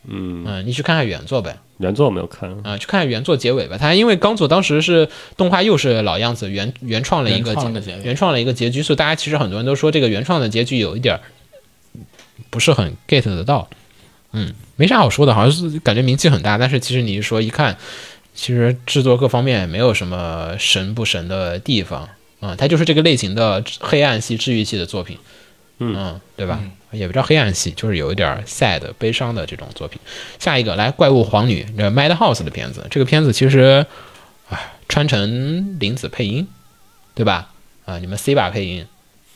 B: 嗯，
A: 嗯，你去看看原作呗，
B: 原作没有看，
A: 啊、去看看原作结尾吧。他因为刚佐当时是动画又是老样子，原原创了一个
C: 原创了个结尾
A: 原创了一个结局，所以大家其实很多人都说这个原创的结局有一点儿不是很 get 得到，嗯，没啥好说的，好像是感觉名气很大，但是其实你一说一看，其实制作各方面也没有什么神不神的地方，啊、它就是这个类型的黑暗系、治愈系的作品，
B: 嗯
A: 对吧？也不叫黑暗系，就是有一点儿 sad 悲伤的这种作品。下一个来《怪物皇女》这 Madhouse 的片子，这个片子其实，哎，川城绫子配音，对吧？啊，你们 C 吧配音，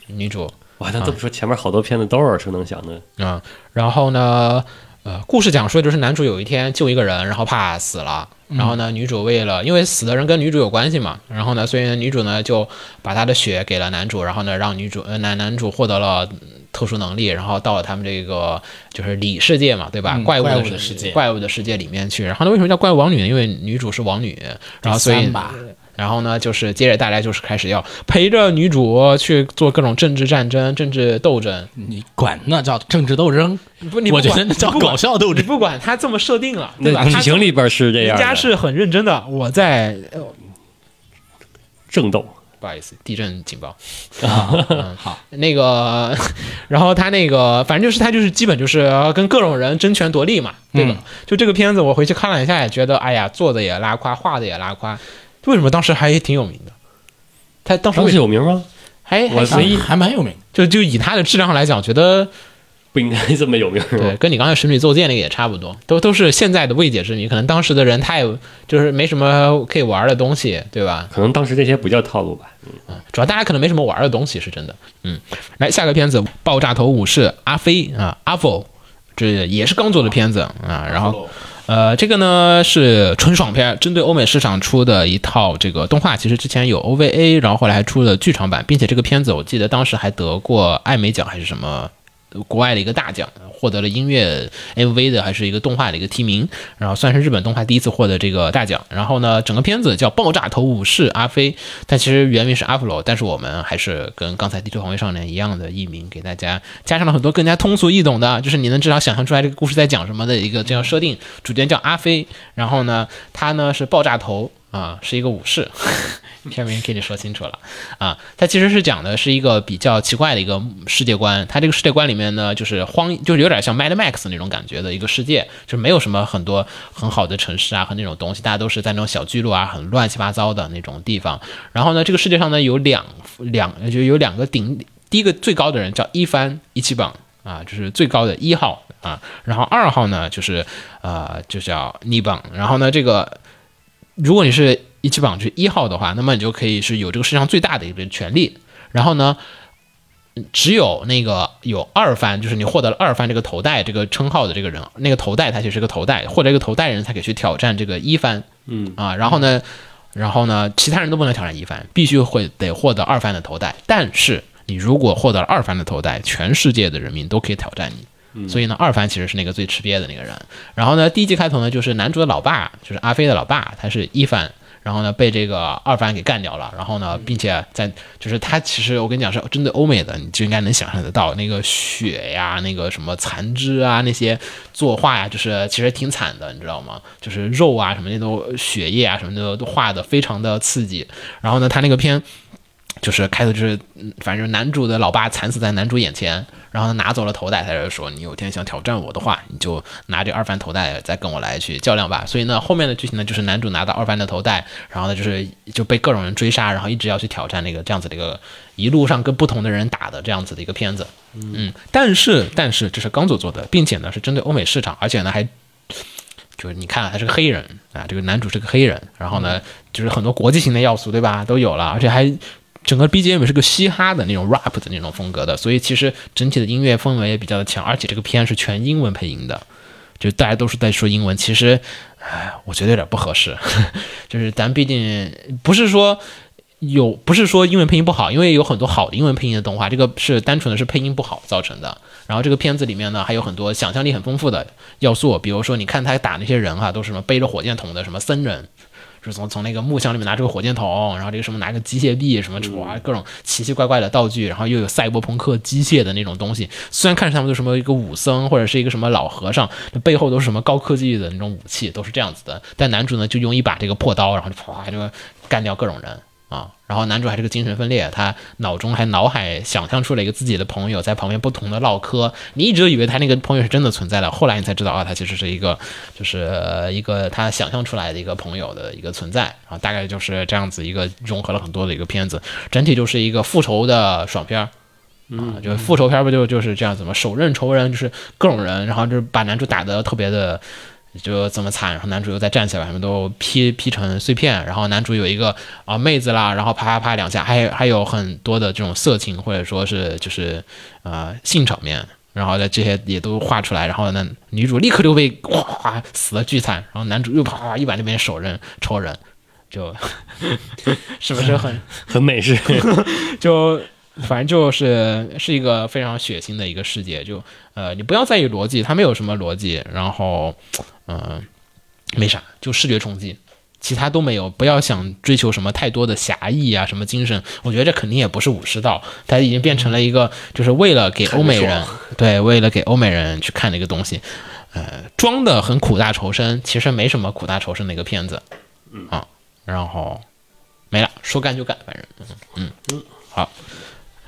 A: 女主
B: 哇，那这么说前面好多片子都是耳熟能详的，
A: 啊。然后呢，呃，故事讲述的就是男主有一天救一个人，然后怕死了。
C: 嗯
A: 然后呢，女主为了因为死的人跟女主有关系嘛，然后呢，所以呢，女主呢就把她的血给了男主，然后呢，让女主呃男男主获得了特殊能力，然后到了他们这个就是里世界嘛，对吧？
C: 嗯
A: 怪物
C: 怪物的
A: 世
C: 世界
A: 怪物的世界里面去。然后呢，为什么叫怪物王女呢？因为女主是王女，然后所
C: 第
A: 以
C: 三吧
A: 然后呢，就是接着大家就是开始要陪着女主去做各种政治战争、政治斗争。
C: 你管那叫政治斗争？
A: 不，你不
C: 我觉
A: 管
C: 得那叫
A: 你不管
C: 搞笑斗
A: 你
C: 争。
A: 不管他这么设定了，对吧？
B: 那剧
A: 他
B: 情里边是这
A: 人
B: 样的，
A: 家是很认真的。我在，呃
B: 正斗，
A: 不好意思，地震 警报。啊嗯
C: 好，
A: 那个， 然后他那个，反正就是他就是基本就是跟各种人争权夺利嘛，对吧？
C: 嗯
A: 就这个片子，我回去看了一下，也觉得哎呀，做的也拉胯，画的也拉胯，为什么当时还挺有名的？他当时
B: 当
A: 为
B: 时有名吗？
A: 还
B: 我
A: 还
B: 所以
C: 还蛮有名。
A: 就就以他的质量上来讲，觉得
B: 不应该这么有名，
A: 对，跟你刚才《神女奏剑》那个也差不多，都都是现在的未解之谜，可能当时的人他也就是没什么可以玩的东西，对吧？
B: 可能当时这些不叫套路吧。
A: 主要大家可能没什么玩的东西，是真的。嗯，来下个片子《爆炸头武士》阿飞啊，阿否，这也是刚做的片子啊。然后，呃，这个呢是纯爽片，针对欧美市场出的一套这个动画，其实之前有 OVA，然后后来还出了剧场版，并且这个片子我记得当时还得过艾美奖还是什么。国外的一个大奖，获得了音乐 MV 的还是一个动画的一个提名，然后算是日本动画第一次获得这个大奖。然后呢，整个片子叫《爆炸头武士阿飞》，但其实原名是 Afro，但是我们还是跟刚才《地球防卫少年》一样的译名，给大家加上了很多更加通俗易懂的，就是你能至少想象出来这个故事在讲什么的一个这样设定。主角叫阿飞，然后呢，他呢是爆炸头啊、是一个武士。 片名给你说清楚了啊，它其实是讲的是一个比较奇怪的一个世界观。它这个世界观里面呢，就是荒，就是有点像 Mad Max 那种感觉的一个世界，就是没有什么很多很好的城市啊和那种东西，大家都是在那种小聚落啊，很乱七八糟的那种地方。然后呢，这个世界上呢有两两就有两个顶，第一个最高的人叫一帆一七榜啊，就是最高的一号啊，然后二号呢就是呃就叫逆榜，然后呢这个如果你是一七榜就是一号的话，那么你就可以是有这个世界上最大的一个权利，然后呢。只有那个有二番，就是你获得了二番这个头戴这个称号的这个人，那个头戴他其实是个头戴，获得一个头戴人才可以去挑战这个一番，
B: 嗯
A: 啊，然后呢，然后呢，其他人都不能挑战一番，必须会得获得二番的头戴。但是你如果获得了二番的头戴，全世界的人民都可以挑战你。所以呢，二番其实是那个最吃瘪的那个人。然后呢，第一季开头呢，就是男主的老爸，就是阿飞的老爸，他是一番。然后呢，被这个二番给干掉了。然后呢，并且在就是他其实我跟你讲是针对欧美的，你就应该能想象得到那个血呀、那个什么残肢啊、那些作画呀，就是其实挺惨的，你知道吗？就是肉啊什么的都血液啊什么的都画的非常的刺激。然后呢，他那个片就是开头就是，嗯反正男主的老爸惨死在男主眼前，然后他拿走了头带，他就说：“你有天想挑战我的话，你就拿这二番头带再跟我来去较量吧。”所以呢，后面的剧情呢，就是男主拿到二番的头带，然后呢就是就被各种人追杀，然后一直要去挑战那个这样子的一个一路上跟不同的人打的这样子的一个片子。嗯，但是但是这是刚佐做的，并且呢是针对欧美市场，而且呢还就是你看啊他是个黑人啊，这个男主是个黑人，然后呢，就是很多国际性的要素，对吧？都有了，而且还整个 BGM 是个嘻哈的那种 rap 的那种风格的，所以其实整体的音乐氛围也比较的强，而且这个片是全英文配音的，就是大家都是在说英文，其 实，唉，我觉得有点不合适，就是咱毕竟不是说。有不是说英文配音不好，因为有很多好的英文配音的动画，这个是单纯的是配音不好造成的。然后这个片子里面呢，还有很多想象力很丰富的要素，比如说你看他打那些人哈、都是什么背着火箭筒的什么僧人，就是从从那个木箱里面拿出个火箭筒，然后这个什么拿个机械臂什么哇各种奇奇怪怪的道具，然后又有赛博朋克机械的那种东西。虽然看上去他们都是什么一个武僧或者是一个什么老和尚，那背后都是什么高科技的那种武器，都是这样子的。但男主呢就用一把这个破刀，然后就啪就干掉各种人。啊，然后男主还是个精神分裂，他脑中还脑海想象出了一个自己的朋友在旁边不同的唠嗑，你一直以为他那个朋友是真的存在的，后来你才知道啊，他其实是一个就是、呃一个他想象出来的一个朋友的一个存在，然后大概就是这样子一个融合了很多的一个片子，整体就是一个复仇的爽片儿。啊，就是复仇片儿不就就是这样子吗？手刃仇人就是各种人，然后就是把男主打得特别的就这么惨，然后男主又再站起来，把他们都劈劈成碎片。然后男主有一个啊、妹子啦，然后啪啪啪两下，还有还有很多的这种色情或者说是就是啊性场面，然后呢这些也都画出来。然后呢女主立刻就被哗哗死的巨惨，然后男主又啪啪一把那边手刃仇人，就 是不是很
B: 很美 式，
A: 就反正就是是一个非常血腥的一个世界。就呃，你不要在意逻辑，它没有什么逻辑，然后嗯、呃没啥，就视觉冲击。其他都没有，不要想追求什么太多的侠义啊，什么精神，我觉得这肯定也不是武士道，它已经变成了一个，就是为了给欧美人，对，为了给欧美人去看的一个东西，呃，装的很苦大仇深，其实没什么苦大仇深的一个片子，啊，然后没了，说干就干，反正。嗯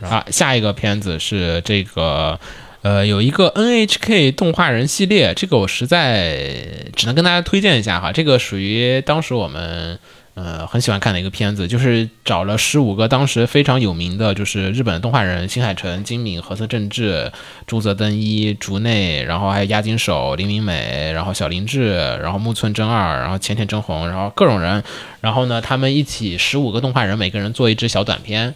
A: 啊，下一个片子是这个，呃，有一个 NHK 动画人系列，这个我实在只能跟大家推荐一下哈，这个属于当时我们。呃，很喜欢看的一个片子，就是找了十五个当时非常有名的，就是日本动画人，新海诚、金敏、和森正治、朱泽登一、竹内，然后还有押井守、林明美，然后小林智，然后木村真二，然后前田真弘，然后各种人，然后呢，他们一起十五个动画人，每个人做一支小短片，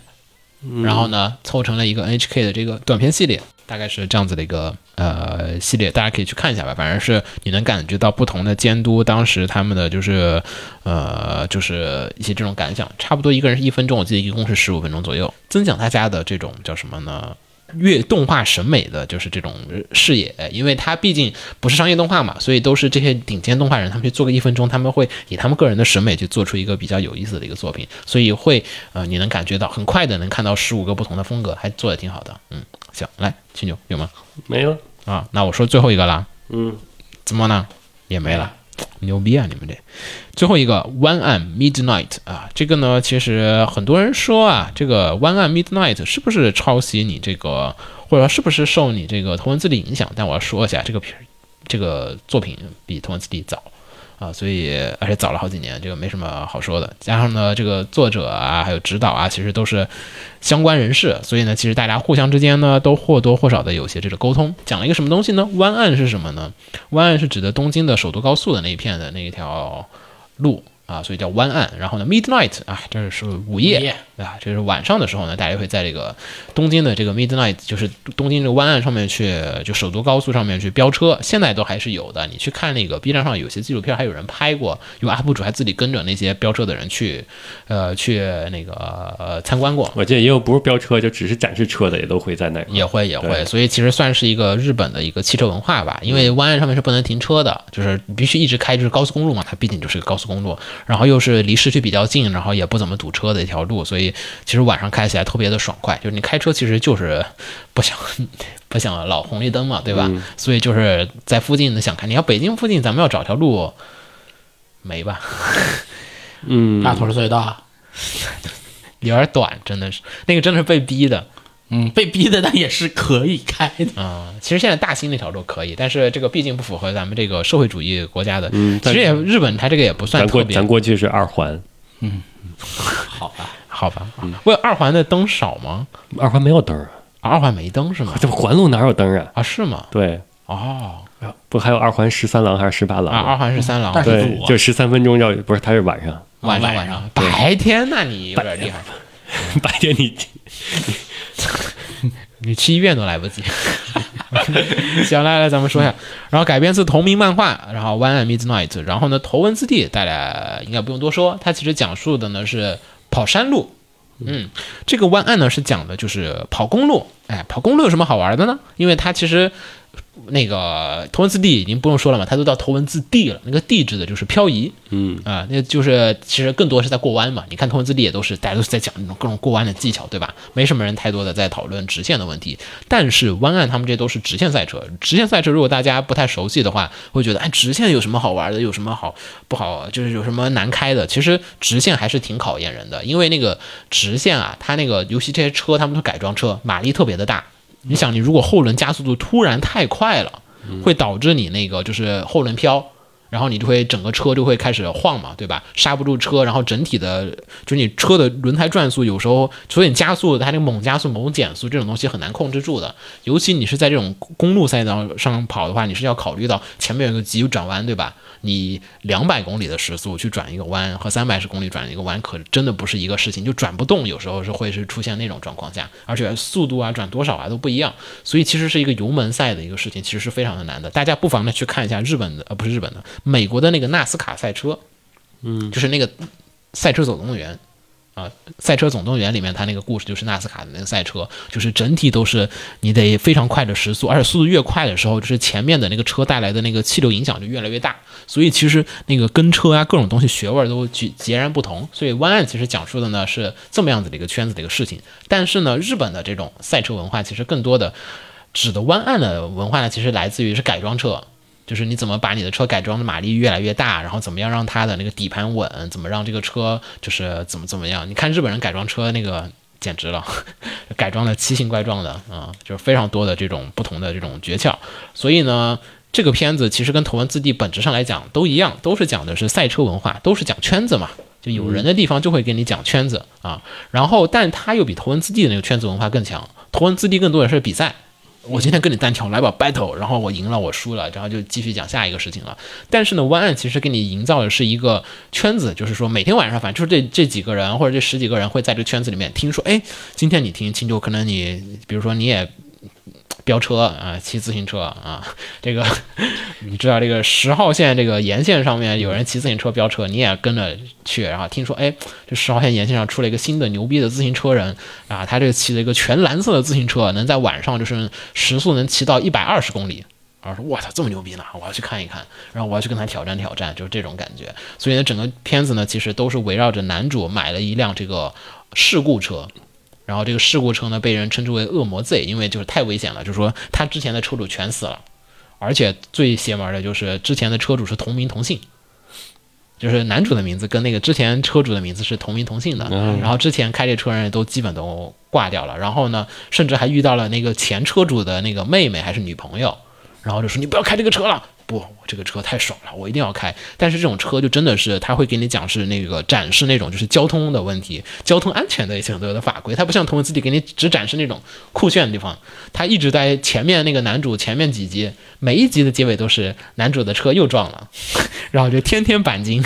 A: 然后呢，凑成了一个 NHK 的这个短片系列，大概是这样子的一个呃系列，大家可以去看一下吧。反正是你能感觉到不同的监督当时他们的就是呃就是一些这种感想，差不多一个人是一分钟，我记得一共是十五分钟左右，增长大家的这种叫什么呢？越动画审美的就是这种视野，因为它毕竟不是商业动画嘛，所以都是这些顶尖动画人，他们去做个一分钟，他们会以他们个人的审美去做出一个比较有意思的一个作品，所以会呃，你能感觉到很快的能看到十五个不同的风格，还做的挺好的。嗯，行，来青牛有吗？
B: 没了。
A: 啊，那我说最后一个啦，
B: 嗯，
A: 怎么呢？也没了。牛逼啊！你们这最后一个《One at Midnight》啊，这个呢，其实很多人说啊，这个《One at Midnight》是不是抄袭你这个，或者说是不是受你这个头文字 D 影响？但我要说一下，这个片儿这个作品比头文字 D 早啊，所以而且早了好几年，这个没什么好说的。加上呢，这个作者啊，还有指导啊，其实都是相关人士，所以呢，其实大家互相之间呢，都或多或少的有些这个沟通。讲了一个什么东西呢？湾岸是什么呢？湾岸是指的东京的首都高速的那一片的那一条路啊，所以叫湾岸。然后呢，midnight 啊，这是午夜
C: 午夜
A: 啊，这是晚上的时候呢，大家会在这个东京的这个 midnight，就是东京这个湾岸上面去，就首都高速上面去飙车。现在都还是有的，你去看那个 B 站上有些纪录片，还有人拍过，有 UP 主还自己跟着那些飙车的人去，呃，去那个、呃、参观过。
B: 我记得也有不是飙车，就只是展示车的，也都会在那儿。
A: 也会也会，
B: 对
A: 所以其实算是一个日本的一个汽车文化吧，因为湾岸上面是不能停车的，就是你必须一直开，就是高速公路嘛，它毕竟就是个高速公路，然后又是离市区比较近，然后也不怎么堵车的一条路，所以其实晚上开起来特别的爽快，就是你开车其实就是不想不想老红绿灯嘛，对吧？所以就是在附近的想看，你要北京附近，咱们要找条路没吧？
B: 嗯，
A: 啊
C: 大屯隧道，
A: 有点短，真的是那个真的是被逼的。
C: 嗯，被逼的，但也是可以开的。
A: 啊、其实现在大兴那条路可以，但是这个毕竟不符合咱们这个社会主义国家的。
B: 嗯
A: 其实也日本它这个也不算
B: 咱
A: 特
B: 过
A: 别
B: 咱过去是二环，
C: 好吧，
A: 好吧？为二环的灯少吗？
B: 二环没有灯儿，
A: 啊二环没灯是吗？
B: 这环路哪有灯啊？
A: 啊，是吗？
B: 对，
A: 哦，
B: 不还有二环十三郎还是十八郎
A: 啊，
B: 吗？
A: 二环是三郎
C: 但，是
B: 对
C: 15，啊
B: 就十三分钟要不是，它是晚上，
A: 晚上
C: 晚
A: 晚
C: 上
A: 上白天那你有点厉害，
B: 白天你
A: 你去医院都来不及。 行，来来，咱们说一下，然后改编自同名漫画，然后《One at Midnight》，然后呢，头文字 D 大家应该不用多说，它其实讲述的呢是跑山路嗯，这个湾岸呢是讲的就是跑公路，哎，跑公路有什么好玩的呢？因为它其实那个头文字 D 已经不用说了嘛，它都到头文字 D 了，那个 D 指的就是漂移，
B: 嗯
A: 啊、那就是其实更多是在过弯嘛。你看头文字 D 也都是大家都是在讲那种各种过弯的技巧，对吧？没什么人太多的在讨论直线的问题，但是湾岸他们这都是直线赛车，直线赛车如果大家不太熟悉的话，会觉得哎，直线有什么好玩的？有什么好不好？就是有什么难开的？其实直线还是挺考验人的，因为那个直线啊，它那个尤其这些车，他们都改装车，马力特别的大。你想，你如果后轮加速度突然太快了，会导致你那个就是后轮飘，然后你就会整个车就会开始晃嘛，对吧？刹不住车，然后整体的就是你车的轮胎转速有时候，所以你加速它那个猛加速、猛减速这种东西很难控制住的。尤其你是在这种公路赛道上跑的话，你是要考虑到前面有个急转弯，对吧？你两百公里的时速去转一个弯和三百十公里转一个弯，可真的不是一个事情，就转不动，有时候是会是出现那种状况下，而且速度啊、转多少啊都不一样，所以其实是一个油门赛的一个事情，其实是非常的难的。大家不妨呢去看一下日本的，呃，不是日本的，美国的那个纳斯卡赛车，嗯，就是那个赛车总动员。啊，《赛车总动员》里面它那个故事就是纳斯卡的那个赛车，就是整体都是你得非常快的时速，而且速度越快的时候，就是前面的那个车带来的那个气流影响就越来越大，所以其实那个跟车啊各种东西学味儿都截截然不同。所以湾岸其实讲述的呢是这么样子的一个圈子的一个事情，但是呢，日本的这种赛车文化其实更多的指的湾岸的文化呢，其实来自于是改装车，就是你怎么把你的车改装的马力越来越大，然后怎么样让它的那个底盘稳，怎么让这个车就是怎么怎么样？你看日本人改装车那个简直了， 改装的奇形怪状的啊、就是非常多的这种不同的这种诀窍。所以呢，这个片子其实跟《头文字 D》本质上来讲都一样，都是讲的是赛车文化，都是讲圈子嘛。就有人的地方就会给你讲圈子啊，然后但它又比《头文字 D》的那个圈子文化更强，《头文字 D》更多的是比赛。我今天跟你单挑，来吧 battle，然后我赢了，我输了，然后就继续讲下一个事情了。但是呢，湾岸其实给你营造的是一个圈子，就是说每天晚上，反正就是这这几个人或者这十几个人会在这个圈子里面听说，哎，今天你听清楚，可能你比如说你也飙车啊，骑自行车啊， 这个你知道这个十号线这个沿线上面有人骑自行车飙车，你也跟着去，然后听说哎，这十号线沿线上出了一个新的牛逼的自行车人啊，他这个骑了一个全蓝色的自行车，能在晚上就是时速能骑到一百二十公里。然后说：“我操，这么牛逼呢！我要去看一看，然后我要去跟他挑战挑战，就是这种感觉。”所以呢，整个片子呢，其实都是围绕着男主买了一辆这个事故车，然后这个事故车呢被人称之为“恶魔 Z”，因为就是太危险了，就是说他之前的车主全死了，而且最邪门的就是之前的车主是同名同姓。就是男主的名字跟那个之前车主的名字是同名同姓的，然后之前开这车人都基本都挂掉了，然后呢，甚至还遇到了那个前车主的那个妹妹还是女朋友，然后就说你不要开这个车了，不，我这个车太爽了，我一定要开。但是这种车就真的是他会给你讲是那个展示那种就是交通的问题、交通安全的一些很多的法规，它不像《同文字 D》给你只展示那种酷炫的地方，他一直在前面那个男主前面几集，每一集的结尾都是男主的车又撞了， 然后就天天钣金。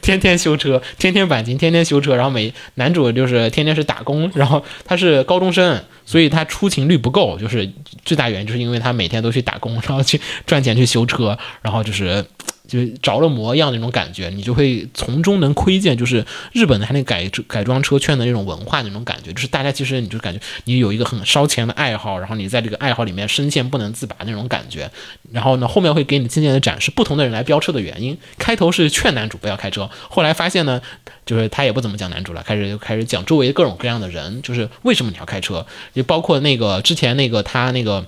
A: 天天修车，天天钣金，天天修车，然后每男主就是天天是打工，然后他是高中生，所以他出勤率不够，就是最大原因就是因为他每天都去打工，然后去赚钱去修车，然后就是就是着了魔一样的那种感觉，你就会从中能窥见，就是日本的他那改改装车圈的那种文化的那种感觉，就是大家其实你就感觉你有一个很烧钱的爱好，然后你在这个爱好里面深陷不能自拔那种感觉。然后呢，后面会给你渐渐的展示不同的人来飙车的原因。开头是劝男主不要开车，后来发现呢，就是他也不怎么讲男主了，开始就开始讲周围各种各样的人，就是为什么你要开车，也包括那个之前那个他那个。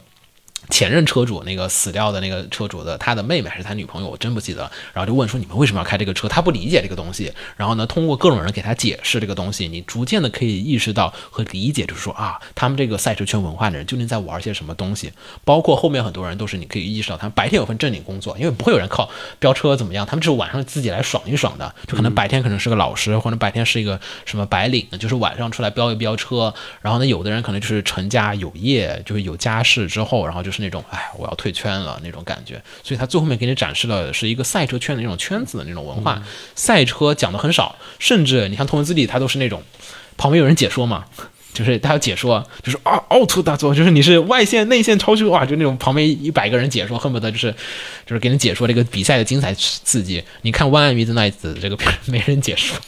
A: 前任车主那个死掉的那个车主的他的妹妹还是他女朋友，我真不记得了。然后就问说你们为什么要开这个车？他不理解这个东西。然后呢，通过各种人给他解释这个东西，你逐渐的可以意识到和理解，就是说啊，他们这个赛车圈文化的人究竟在玩些什么东西。包括后面很多人都是你可以意识到，他们白天有份正经工作，因为不会有人靠飙车怎么样，他们只是晚上自己来爽一爽的。就可能白天可能是个老师，或者白天是一个什么白领，就是晚上出来飙一飙车。然后呢，有的人可能就是成家有业，就是有家室之后，然后就是那种哎，我要退圈了那种感觉。所以他最后面给你展示了是一个赛车圈的那种圈子的那种文化。赛车讲的很少，甚至你看《头文字 D》，它都是那种旁边有人解说嘛。就是他要解说，就是啊凹凸大作，就是你是外线内线超出哇，就那种旁边一百个人解说，恨不得就是就是给你解说这个比赛的精彩刺激。你看《One with Night》这个片 儿没人解说，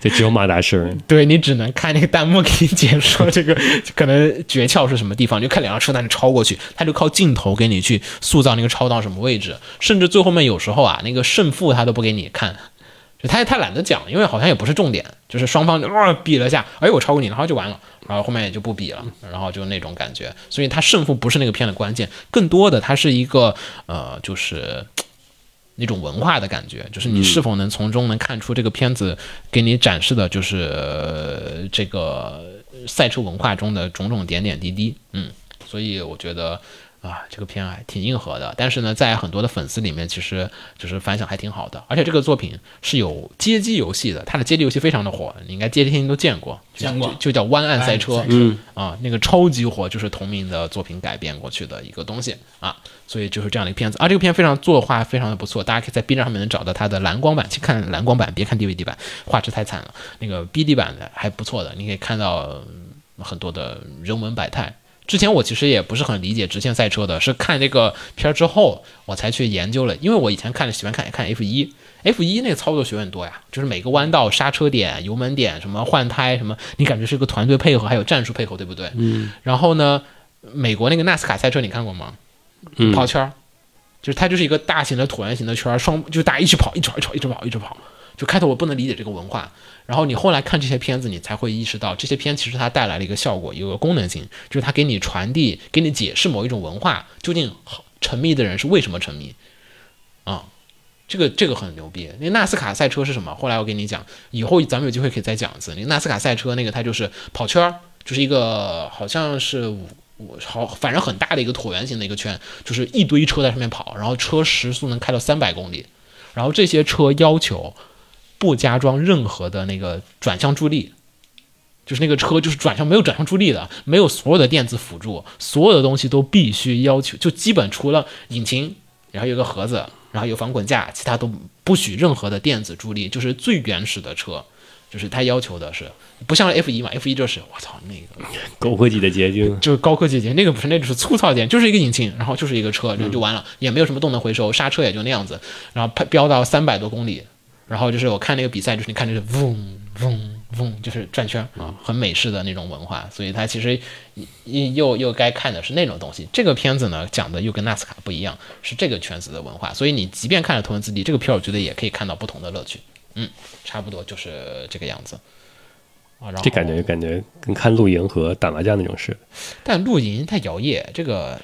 B: 就只有马达声。
A: 对你只能看那个弹幕给你解说这个 可能诀窍是什么地方，你就看两辆车在那超过去，他就靠镜头给你去塑造那个超到什么位置，甚至最后面有时候啊，那个胜负他都不给你看，就他他懒得讲，因为好像也不是重点，就是双方就啊、比了一下，哎我超过你了，然后就完了，然后后面也就不比了，然后就那种感觉，所以他胜负不是那个片的关键，更多的它是一个呃就是。那种文化的感觉，就是你是否能从中能看出这个片子给你展示的，就是、呃这个赛车文化中的种种点点滴滴。嗯，所以我觉得啊，这个片还挺硬核的，但是呢，在很多的粉丝里面，其实就是反响还挺好的。而且这个作品是有街机游戏的，它的街机游戏非常的火，你应该街机厅都见过，
D: 见过
A: 就就叫《湾岸赛车》
D: 湾岸赛车
A: 嗯啊，那个超级火，就是同名的作品改编过去的一个东西啊。所以就是这样的一个片子啊，这个片非常作画非常的不错，大家可以在 B 站上面能找到它的蓝光版，去看蓝光版，别看 DVD 版，画质太惨了。那个 BD 版的还不错的，你可以看到嗯很多的人文百态。之前我其实也不是很理解直线赛车的，是看这个片儿之后我才去研究了，因为我以前看喜欢看看 F 一，F 一那个操作学很多呀，就是每个弯道、刹车点、油门点、什么换胎什么，你感觉是个团队配合，还有战术配合，对不对？嗯。然后呢，美国那个纳斯卡赛车你看过吗？
B: 嗯，
A: 跑圈儿，就是它就是一个大型的椭圆形的圈儿，双就是大家一起跑，一直跑，一直跑，一直跑，一直跑。就开头我不能理解这个文化，然后你后来看这些片子，你才会意识到这些片其实它带来了一个效果，有个功能性，就是它给你传递、给你解释某一种文化究竟沉迷的人是为什么沉迷啊。这个这个很牛逼，那纳斯卡赛车是什么？后来我给你讲，以后咱们有机会可以再讲一次。那个纳斯卡赛车那个它就是跑圈儿，就是一个好像是五我好，反正很大的一个椭圆形的一个圈，就是一堆车在上面跑，然后车时速能开到三百公里，然后这些车要求不加装任何的那个转向助力，就是那个车就是转向没有转向助力的，没有所有的电子辅助，所有的东西都必须要求，就基本除了引擎，然后有个盒子，然后有防滚架，其他都不许任何的电子助力，就是最原始的车。就是它要求的是，不像 F 一嘛，F 一就是我操那个
B: 狗科技的结晶。
A: 就是高科技点，那个不是，那就是粗糙点，就是一个引擎，然后就是一个车，
B: 嗯
A: 就就完了，也没有什么动能回收，刹车也就那样子，然后啪飙到三百多公里，然后就是我看那个比赛，就是你看就是嗡嗡嗡，就是转圈啊，很美式的那种文化，所以它其实又又又该看的是那种东西。这个片子呢讲的又跟纳斯卡不一样，是这个圈子的文化，所以你即便看了《头文字 D》这个片儿，我觉得也可以看到不同的乐趣。嗯，差不多就是这个样子。啊，然后
B: 这感觉感觉跟看露营和打麻将那种似的。
A: 但露营太摇曳，这个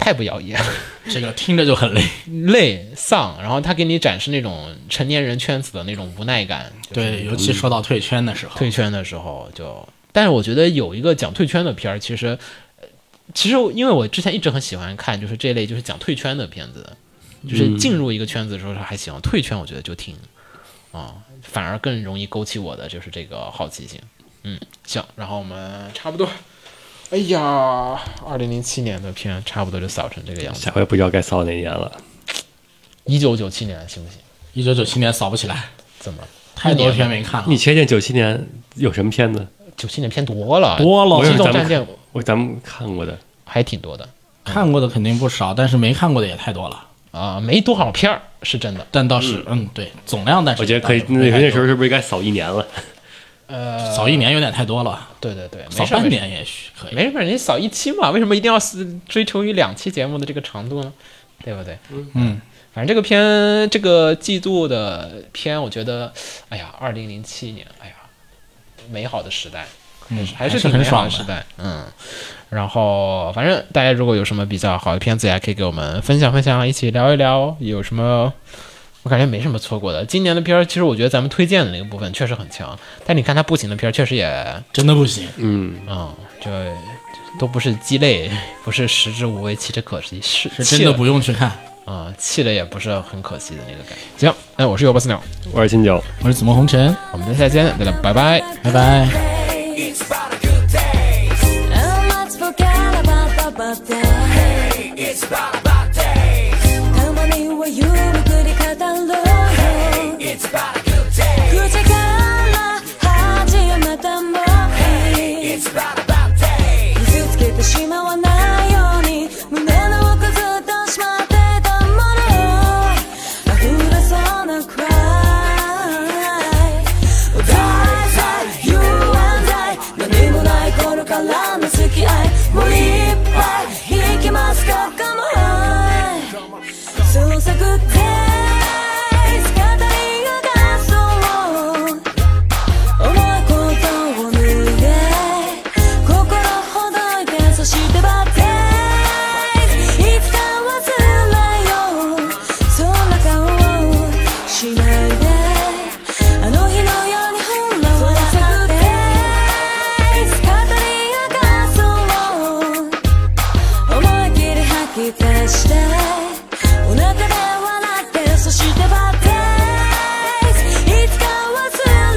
A: 太不摇曳，
C: 这个听着就很累。
A: 累丧，然后他给你展示那种成年人圈子的那种无奈感。就是
C: 对，尤其说到退圈的时候，
A: 退圈的时候就，但是我觉得有一个讲退圈的片儿，其实，呃其实因为我之前一直很喜欢看，就是这类就是讲退圈的片子，就是进入一个圈子的时候还行，退圈我觉得就挺，啊、反而更容易勾起我的就是这个好奇心。嗯，行，然后我们差不多。哎呀，二零零七年的片差不多就扫成这个样子，
B: 下回不知道该扫哪年了。
A: 一九九七年行不行？
C: 一九九七年扫不起来，
A: 怎么了？
C: 太多片没看了。
B: 你确定九七年有什么片子？
A: 九七年片多了，
C: 多了
A: 《
B: 我
A: 机
B: 有
A: 动
B: 咱
A: 战
B: 们
A: 舰
B: 看》我咱们看过的，
A: 还挺多的
C: 看过的肯定不少，但是没看过的也太多了。
A: 啊、没多少片儿是真的。
C: 但倒是，嗯，对，总量但是
B: 我觉得可以。
C: 倒是不
B: 那
C: 太
B: 那时候是不是该扫一年了？
A: 呃，
C: 扫一年有点太多了，
A: 对对对，没
C: 扫
A: 事儿
C: 半，年也许可以。
A: 没事儿没事儿，你扫一期嘛，为什么一定要是追求于两期节目的这个长度呢？对不对？
C: 嗯，
A: 反正这个片，这个季度的片，我觉得，哎呀，二零零七年，哎呀，美好的时代，
C: 嗯，
A: 还
C: 是
A: 挺
C: 很
A: 美好
C: 爽
A: 的时
C: 的。
A: 代。嗯，然后反正大家如果有什么比较好的片子，也可以给我们分享分享，一起聊一聊有什么。我感觉没什么错过的。今年的片儿，其实我觉得咱们推荐的那个部分确实很强，但你看它不行的片儿，确实也
C: 真的不行，
B: 嗯，
A: 嗯，这都不是鸡肋，不是食之无味，弃之可惜，是
C: 是真的不用去看。
A: 啊、弃了也不是很可惜的那个感觉。行，那我是尤巴斯鸟，
B: 我是新嗯九。
C: 我是紫梦红尘，
A: 我们再见，再见，拜拜。
C: 拜拜。
E: It's about a good day.
F: And let's forget about the bad days.
E: Hey, it's about a bad day.
F: Come on, you were you, we could cut down low.
E: It's about a good day.
F: Good to go, 하지 말던 뭐.
E: It's about a
F: き出してお腹で笑ってそしてバッテイいつか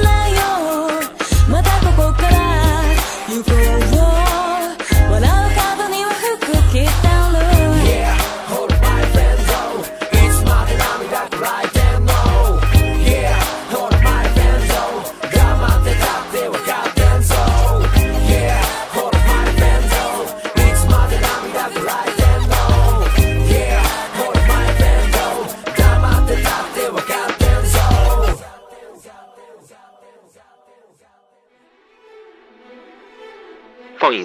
F: 忘れようまたここから行こう笑う角には服着たる
E: Yeah, hold my friends oh It's my name that right them oh Yeah, hold my friends oh Come on the top they were got them so Yeah, hold my friends oh It's my name that right them oh Yeah, hold my friends oh Come on the top they were got them so
G: 放映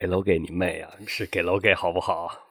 B: 给楼给你妹啊，是给楼给好不好？